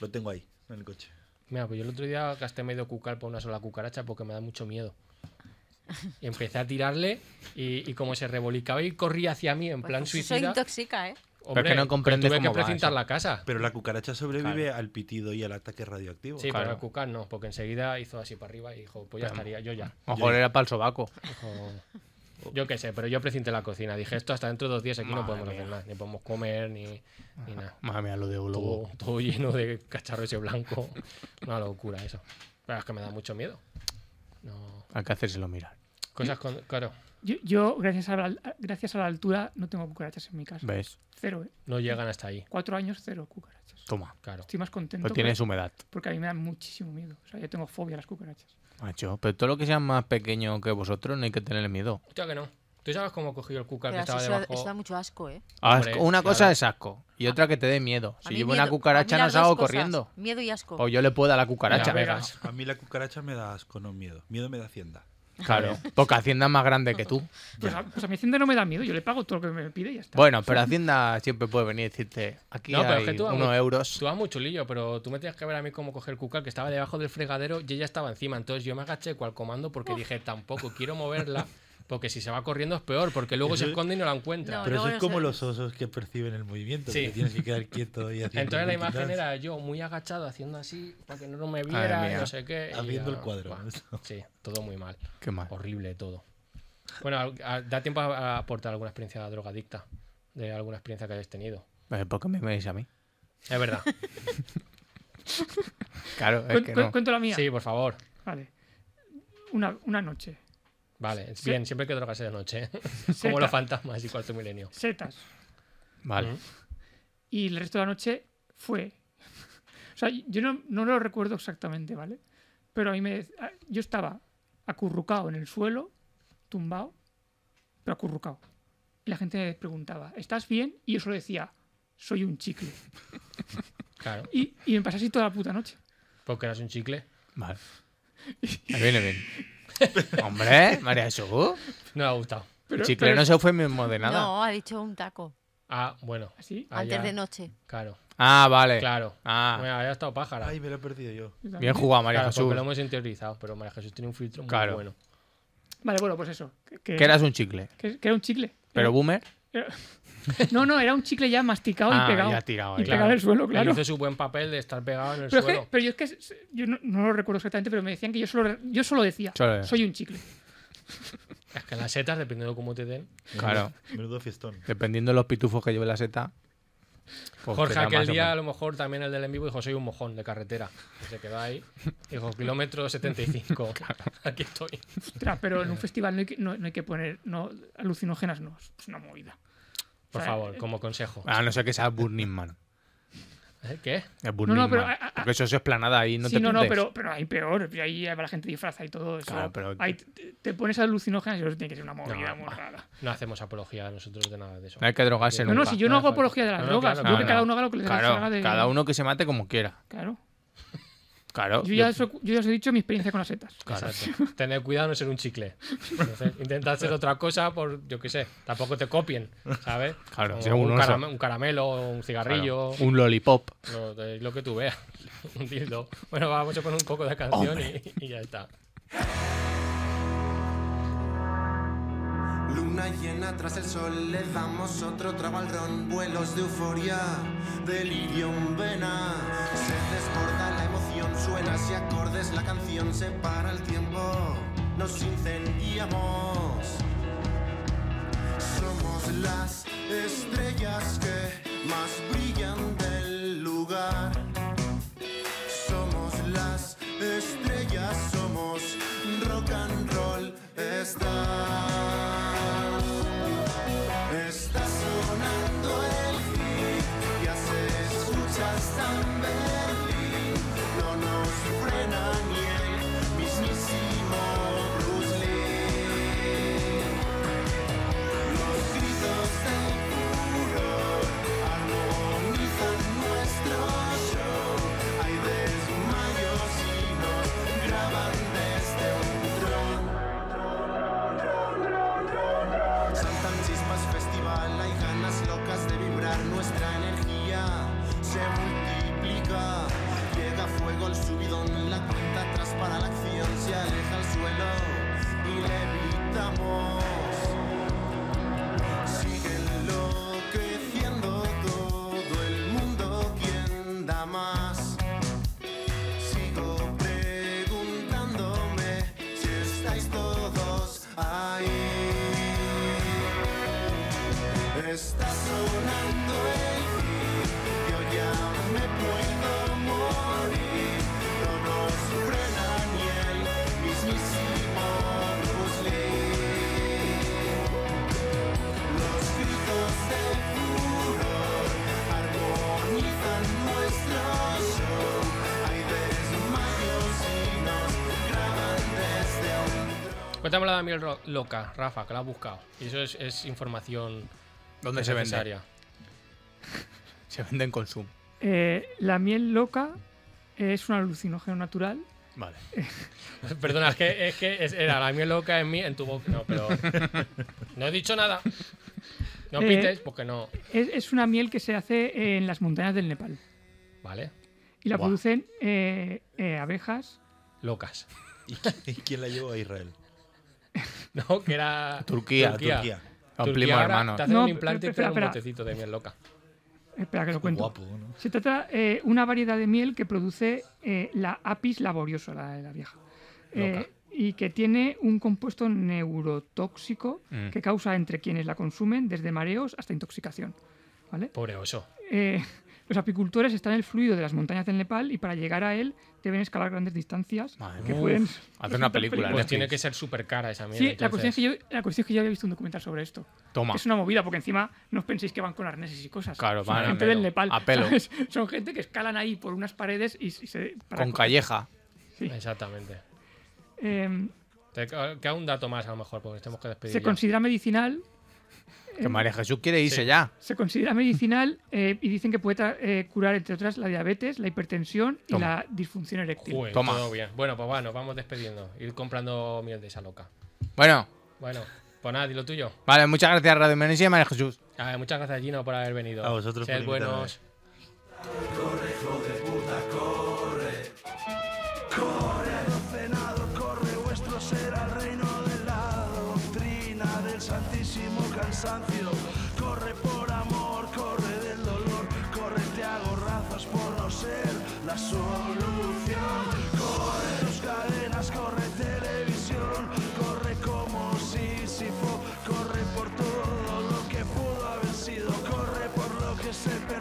D: Lo tengo ahí, en el coche.
B: Mira, pues yo el otro día gasté medio cucal por una sola cucaracha porque me da mucho miedo. Y empecé a tirarle y, y como se revolicaba y corría hacia mí en
E: pues,
B: plan
E: pues eso
B: suicida.
E: intoxica, ¿eh?
B: Hombre,
C: Pero es que no
B: pero
C: comprendes
B: tuve que
C: cómo va
B: precintar
C: eso.
B: la casa.
D: Pero la cucaracha sobrevive al pitido y al ataque radioactivo.
B: Sí,
C: Claro.
B: pero el cucal no, porque enseguida hizo así para arriba y dijo, pues ya estaría, yo ya.
C: A lo mejor era para el sobaco.
B: Dijo, yo qué sé, pero yo precinté la cocina. Dije, esto hasta dentro de dos días aquí no
C: Madre
B: podemos hacer
C: mía.
B: nada, ni podemos comer, ni, ni nada.
C: Madre mía, lo de globo.
B: Todo, todo lleno de cacharro ese blanco. Una locura eso. Pero es que me da mucho miedo. No.
C: Hay que hacérselo mirar.
B: Cosas con. Claro,
F: yo, yo, gracias, a la, al- gracias a la altura, no tengo cucarachas en mi casa.
C: ¿Ves?
F: Cero, ¿eh?
B: no llegan hasta ahí.
F: Cuatro años, cero cucarachas.
C: Toma.
B: Claro.
F: Estoy más contento
C: No tienes
F: porque-
C: humedad,
F: porque a mí me dan muchísimo miedo. O sea, yo tengo fobia a las cucarachas.
C: macho. Pero todo lo que sea más pequeño que vosotros no hay que tenerle miedo.
B: Hostia, que no. Tú sabes cómo cogió el cucal que
E: Pero
B: estaba
E: eso, da-
B: debajo.
E: eso da mucho asco, ¿eh?
C: Asco-
B: Hombre,
C: una
B: claro.
C: cosa Ah, es asco y otra que te dé miedo. Si
E: A mí
C: llevo
E: miedo-
C: una cucaracha
E: a mí
C: no
E: las
C: salgo
E: dos cosas,
C: corriendo.
E: Miedo y asco.
C: O yo le puedo a la cucaracha.
B: Ya verás.
D: A mí la cucaracha me da asco, no miedo. Miedo me da hacienda.
C: Claro, porque Hacienda es más grande que tú.
F: Pues a, pues a mi hacienda no me da miedo, yo le pago todo lo que me pide y ya está.
C: Bueno, pero Hacienda siempre puede venir y decirte, aquí
B: No, pero es
C: hay
B: que tú vas
C: unos
B: muy-
C: euros.
B: Tú vas muy chulillo, pero tú me tenías que ver a mí cómo coger el cucal que estaba debajo del fregadero y ella estaba encima. Entonces yo me agaché cual comando porque dije, tampoco quiero moverla, porque si se va corriendo es peor, porque luego se
D: Eso-
B: esconde y no la encuentra.
E: No,
D: Pero eso
E: luego
D: es como
E: se-
D: los osos que perciben el movimiento,
B: Sí.
D: que te tienes que quedar quieto y haciendo
B: Entonces la
D: multitask,
B: imagen era yo muy agachado haciendo así para que no me
C: Madre
B: viera,
C: mía.
B: no sé qué. y
D: abriendo
B: ya,
D: el cuadro.
B: buah. Sí, todo muy mal.
C: Qué mal.
B: Horrible todo. Bueno, al- a- da tiempo a a aportar alguna experiencia drogadicta, de alguna experiencia que hayas tenido.
C: Eh, ¿Por qué me veis a mí?
B: Es verdad.
C: Claro, es
F: Cuen-
C: que
F: cuen-
C: no.
F: Cuento la mía.
B: Sí, por favor.
F: Vale. Una, una noche.
B: Vale,
F: Sí.
B: bien, siempre hay que drogarse de noche. ¿eh? Como
F: Seta-
B: los fantasmas y cuarto milenio.
F: Setas.
C: Vale.
F: Y el resto de la noche fue. O sea, yo no, no lo recuerdo exactamente, ¿vale? Pero a mí me. a- Yo estaba acurrucado en el suelo, tumbado, pero acurrucado. Y la gente me preguntaba, ¿estás bien? Y yo solo decía, soy un chicle.
B: Claro,
F: Y, y me pasé así toda la puta noche.
B: porque eras un chicle.
C: Vale. Ahí viene bien. Hombre, María Jesús.
B: No me ha gustado.
F: Pero-
C: Chicle
F: pero-
C: no se fue mismo de nada.
E: No, ha dicho un taco.
B: Ah, bueno.
F: Así.
B: Ah,
E: antes
B: ya.
E: de noche.
B: Claro.
C: Ah, vale.
B: Claro.
C: Ah.
B: Bueno, había estado pájara.
D: Ay, me lo he perdido yo.
F: Yo también.
C: Bien jugado, María
B: Claro,
C: Jesús.
B: porque lo hemos interiorizado, pero María Jesús tiene un filtro muy
C: Claro.
B: bueno.
F: Vale, bueno, pues eso. Que, que-
C: Que eras un chicle.
F: que- que era un chicle.
C: Pero boomer.
F: Era- No, no, era un chicle ya masticado
C: Ah,
F: y pegado.
C: ya tirado ahí.
F: y pegado al suelo,
B: Él
F: claro.
B: hizo su buen papel de estar pegado en el
F: Pero, es
B: suelo.
F: que- pero yo es que s- s- yo no, no lo recuerdo exactamente, pero me decían que yo solo, re- yo solo decía,
C: Solo-
F: soy un chicle.
B: Es que las setas, dependiendo de cómo te den.
C: Claro.
D: Menudo fiestón.
C: Dependiendo de los pitufos que lleve la seta. pues
B: Jorge
C: será
B: aquel
C: más o
B: día, a
C: menos.
B: lo mejor también el del en vivo, dijo, soy un mojón de carretera. Y se quedó ahí. Dijo, kilómetro 75. Aquí estoy.
F: Ostras, pero en un festival no hay que, no, no hay que poner no, alucinógenas, no, es una movida.
B: Por
F: O sea,
B: favor,
F: eh,
B: como consejo.
C: A no ser que sea Burning Man.
B: ¿Eh? ¿Qué?
C: El Burning
F: no, pero,
C: Man.
F: ah, ah,
C: Porque eso es esplanada y no
F: sí,
C: te
F: no, no,
C: pintes.
F: pero, pero hay peor, y ahí va la gente disfraza y todo eso.
C: Claro, pero-
F: Ahí te, te pones alucinógenas y eso tiene que ser una movida
B: No,
F: muy rara.
B: No hacemos apología nosotros de nada de eso.
C: No hay que drogarse
F: No, no,
C: nunca.
F: si yo no
B: no,
F: hago
B: claro.
F: apología de las
B: No, no,
F: drogas,
B: claro,
F: yo
B: no,
F: que cada uno haga lo que le dé la
C: Claro,
F: gana de...
C: cada uno que se mate como quiera.
F: Claro.
C: Claro.
F: Yo ya, os he- yo ya os he dicho mi experiencia con las setas.
B: Exacto. Tener cuidado de no ser un chicle. Entonces, intenta hacer otra cosa por, yo qué sé, tampoco te copien, ¿sabes?
C: Claro,
B: Como
C: ser un
B: un,
C: oso.
B: carame- un caramelo, un
C: claro.
B: cigarrillo,
C: Un lollipop.
B: lo, de- lo que tú veas. un dildo. Bueno, vamos a poner un poco de canción y, y ya está.
H: Luna llena tras el sol, le damos otro trago al ron. Vuelos de euforia, delirio en vena. Se desborda la emoción, suena si acordes la canción. Se para el tiempo, nos incendiamos. Somos las estrellas que más brillan del lugar. Somos las estrellas, somos rock and roll. Está, está sonando el hit, ya se escucha hasta en Berlín. No nos frena ni el mismísimo Bruce Lee. Los gritos del furor armonizan nuestro show. Hay desmayos y nos graban desde un dron. Saltan chispas festival, hay ganas locas de vibrar. Nuestra energía se multiplica. Llega fuego el subidón, la cuenta atrás para la acción. Se aleja al suelo y levitamos. Sigue enloqueciendo todo el mundo, ¿quién da más? Sigo preguntándome si estáis todos ahí. Está sonando el hit, yo ya me puedo morir. No nos frena ni el mismísimo Bruce Lee. Los gritos de furor armonizan nuestro show. Hay desmayos y nos graban desde un
B: Cuéntame la de Miel Ro- Loca, Rafa, que la has buscado. Y eso es, es información
C: ¿Dónde se vende?
B: necesaria.
C: Se vende en consumo.
F: Eh, la miel loca es un alucinógeno natural.
C: Vale.
B: Perdona, es que, es que es- era la miel loca en mí, en tu boca. No, pero. No he dicho nada. No
F: Eh.
B: pites porque no.
F: Es, es una miel que se hace en las montañas del Nepal.
B: ¿Vale?
F: Y la
C: Buah.
F: producen eh, eh, abejas.
B: Locas.
D: ¿Y qui- y quién la llevó a Israel?
B: No, que era.
C: Turquía.
D: A Turquía.
C: Son
B: Turquía
C: primos
B: ahora
C: hermanos.
B: Te hacen
F: No,
B: un
F: pero-
B: implante y
F: pero-
B: te dan un
F: espera,
B: botecito de miel loca.
F: Espera que lo
D: Qué
F: cuento.
D: guapo, ¿no?
F: Se trata de una variedad de miel que produce eh, la apis laboriosa, la, la vieja. Eh,
B: Loca.
F: y que tiene un compuesto neurotóxico
C: Mm.
F: que causa entre quienes la consumen desde mareos hasta intoxicación. ¿Vale?
B: Pobre oso.
F: Eh, los apicultores están en el fluido de las montañas del Nepal y para llegar a él deben escalar grandes distancias.
C: Madre
F: que
C: mía.
F: pueden...
C: Hace una película. ¿eh?
B: Pues
C: Netflix.
B: tiene que ser súper cara esa miel.
F: Sí, la cuestión,
B: entonces.
F: es que yo, la cuestión es que yo había visto un documental sobre esto.
C: Toma.
F: Es una movida, porque encima no os penséis que van con arneses y cosas.
C: Claro,
F: Son
C: van a
F: gente
B: pelo,
F: del Nepal.
C: a pelo.
F: ¿sabes? Son gente que escalan ahí por unas paredes y, y se. para
C: Con
F: co-
C: calleja.
F: Sí.
B: Exactamente.
F: Eh,
B: Te ca- queda un dato más a lo mejor, porque tenemos que despedir.
F: se
B: ya.
F: considera medicinal.
C: Que María Jesús quiere irse ya.
F: Se considera medicinal eh, y dicen que puede tra- eh, curar, entre otras, la diabetes, la hipertensión y
C: Toma.
F: la disfunción eréctil.
B: Joder,
C: Toma.
B: todo bien. Bueno, pues va, nos vamos despidiendo. Ir comprando miel de esa loca.
C: Bueno,
B: Bueno, pues nada, di lo tuyo. Ah,
C: vale, muchas gracias Radio Meneses y María Jesús.
B: A ver, muchas gracias, Gino, por haber venido.
D: A vosotros
B: Sed
D: por invitarme.
B: buenos.
H: Te Corre, hijo de puta, corre. Corre, adocenado, corre, vuestro será el reino de la doctrina del santísimo cansancio. Corre por amor, corre del dolor, corre, te hago razas por no ser la solución. Corre tus cadenas, corre televisión, corre como Sísifo, corre por todo lo que pudo haber sido, corre por lo que se perdió.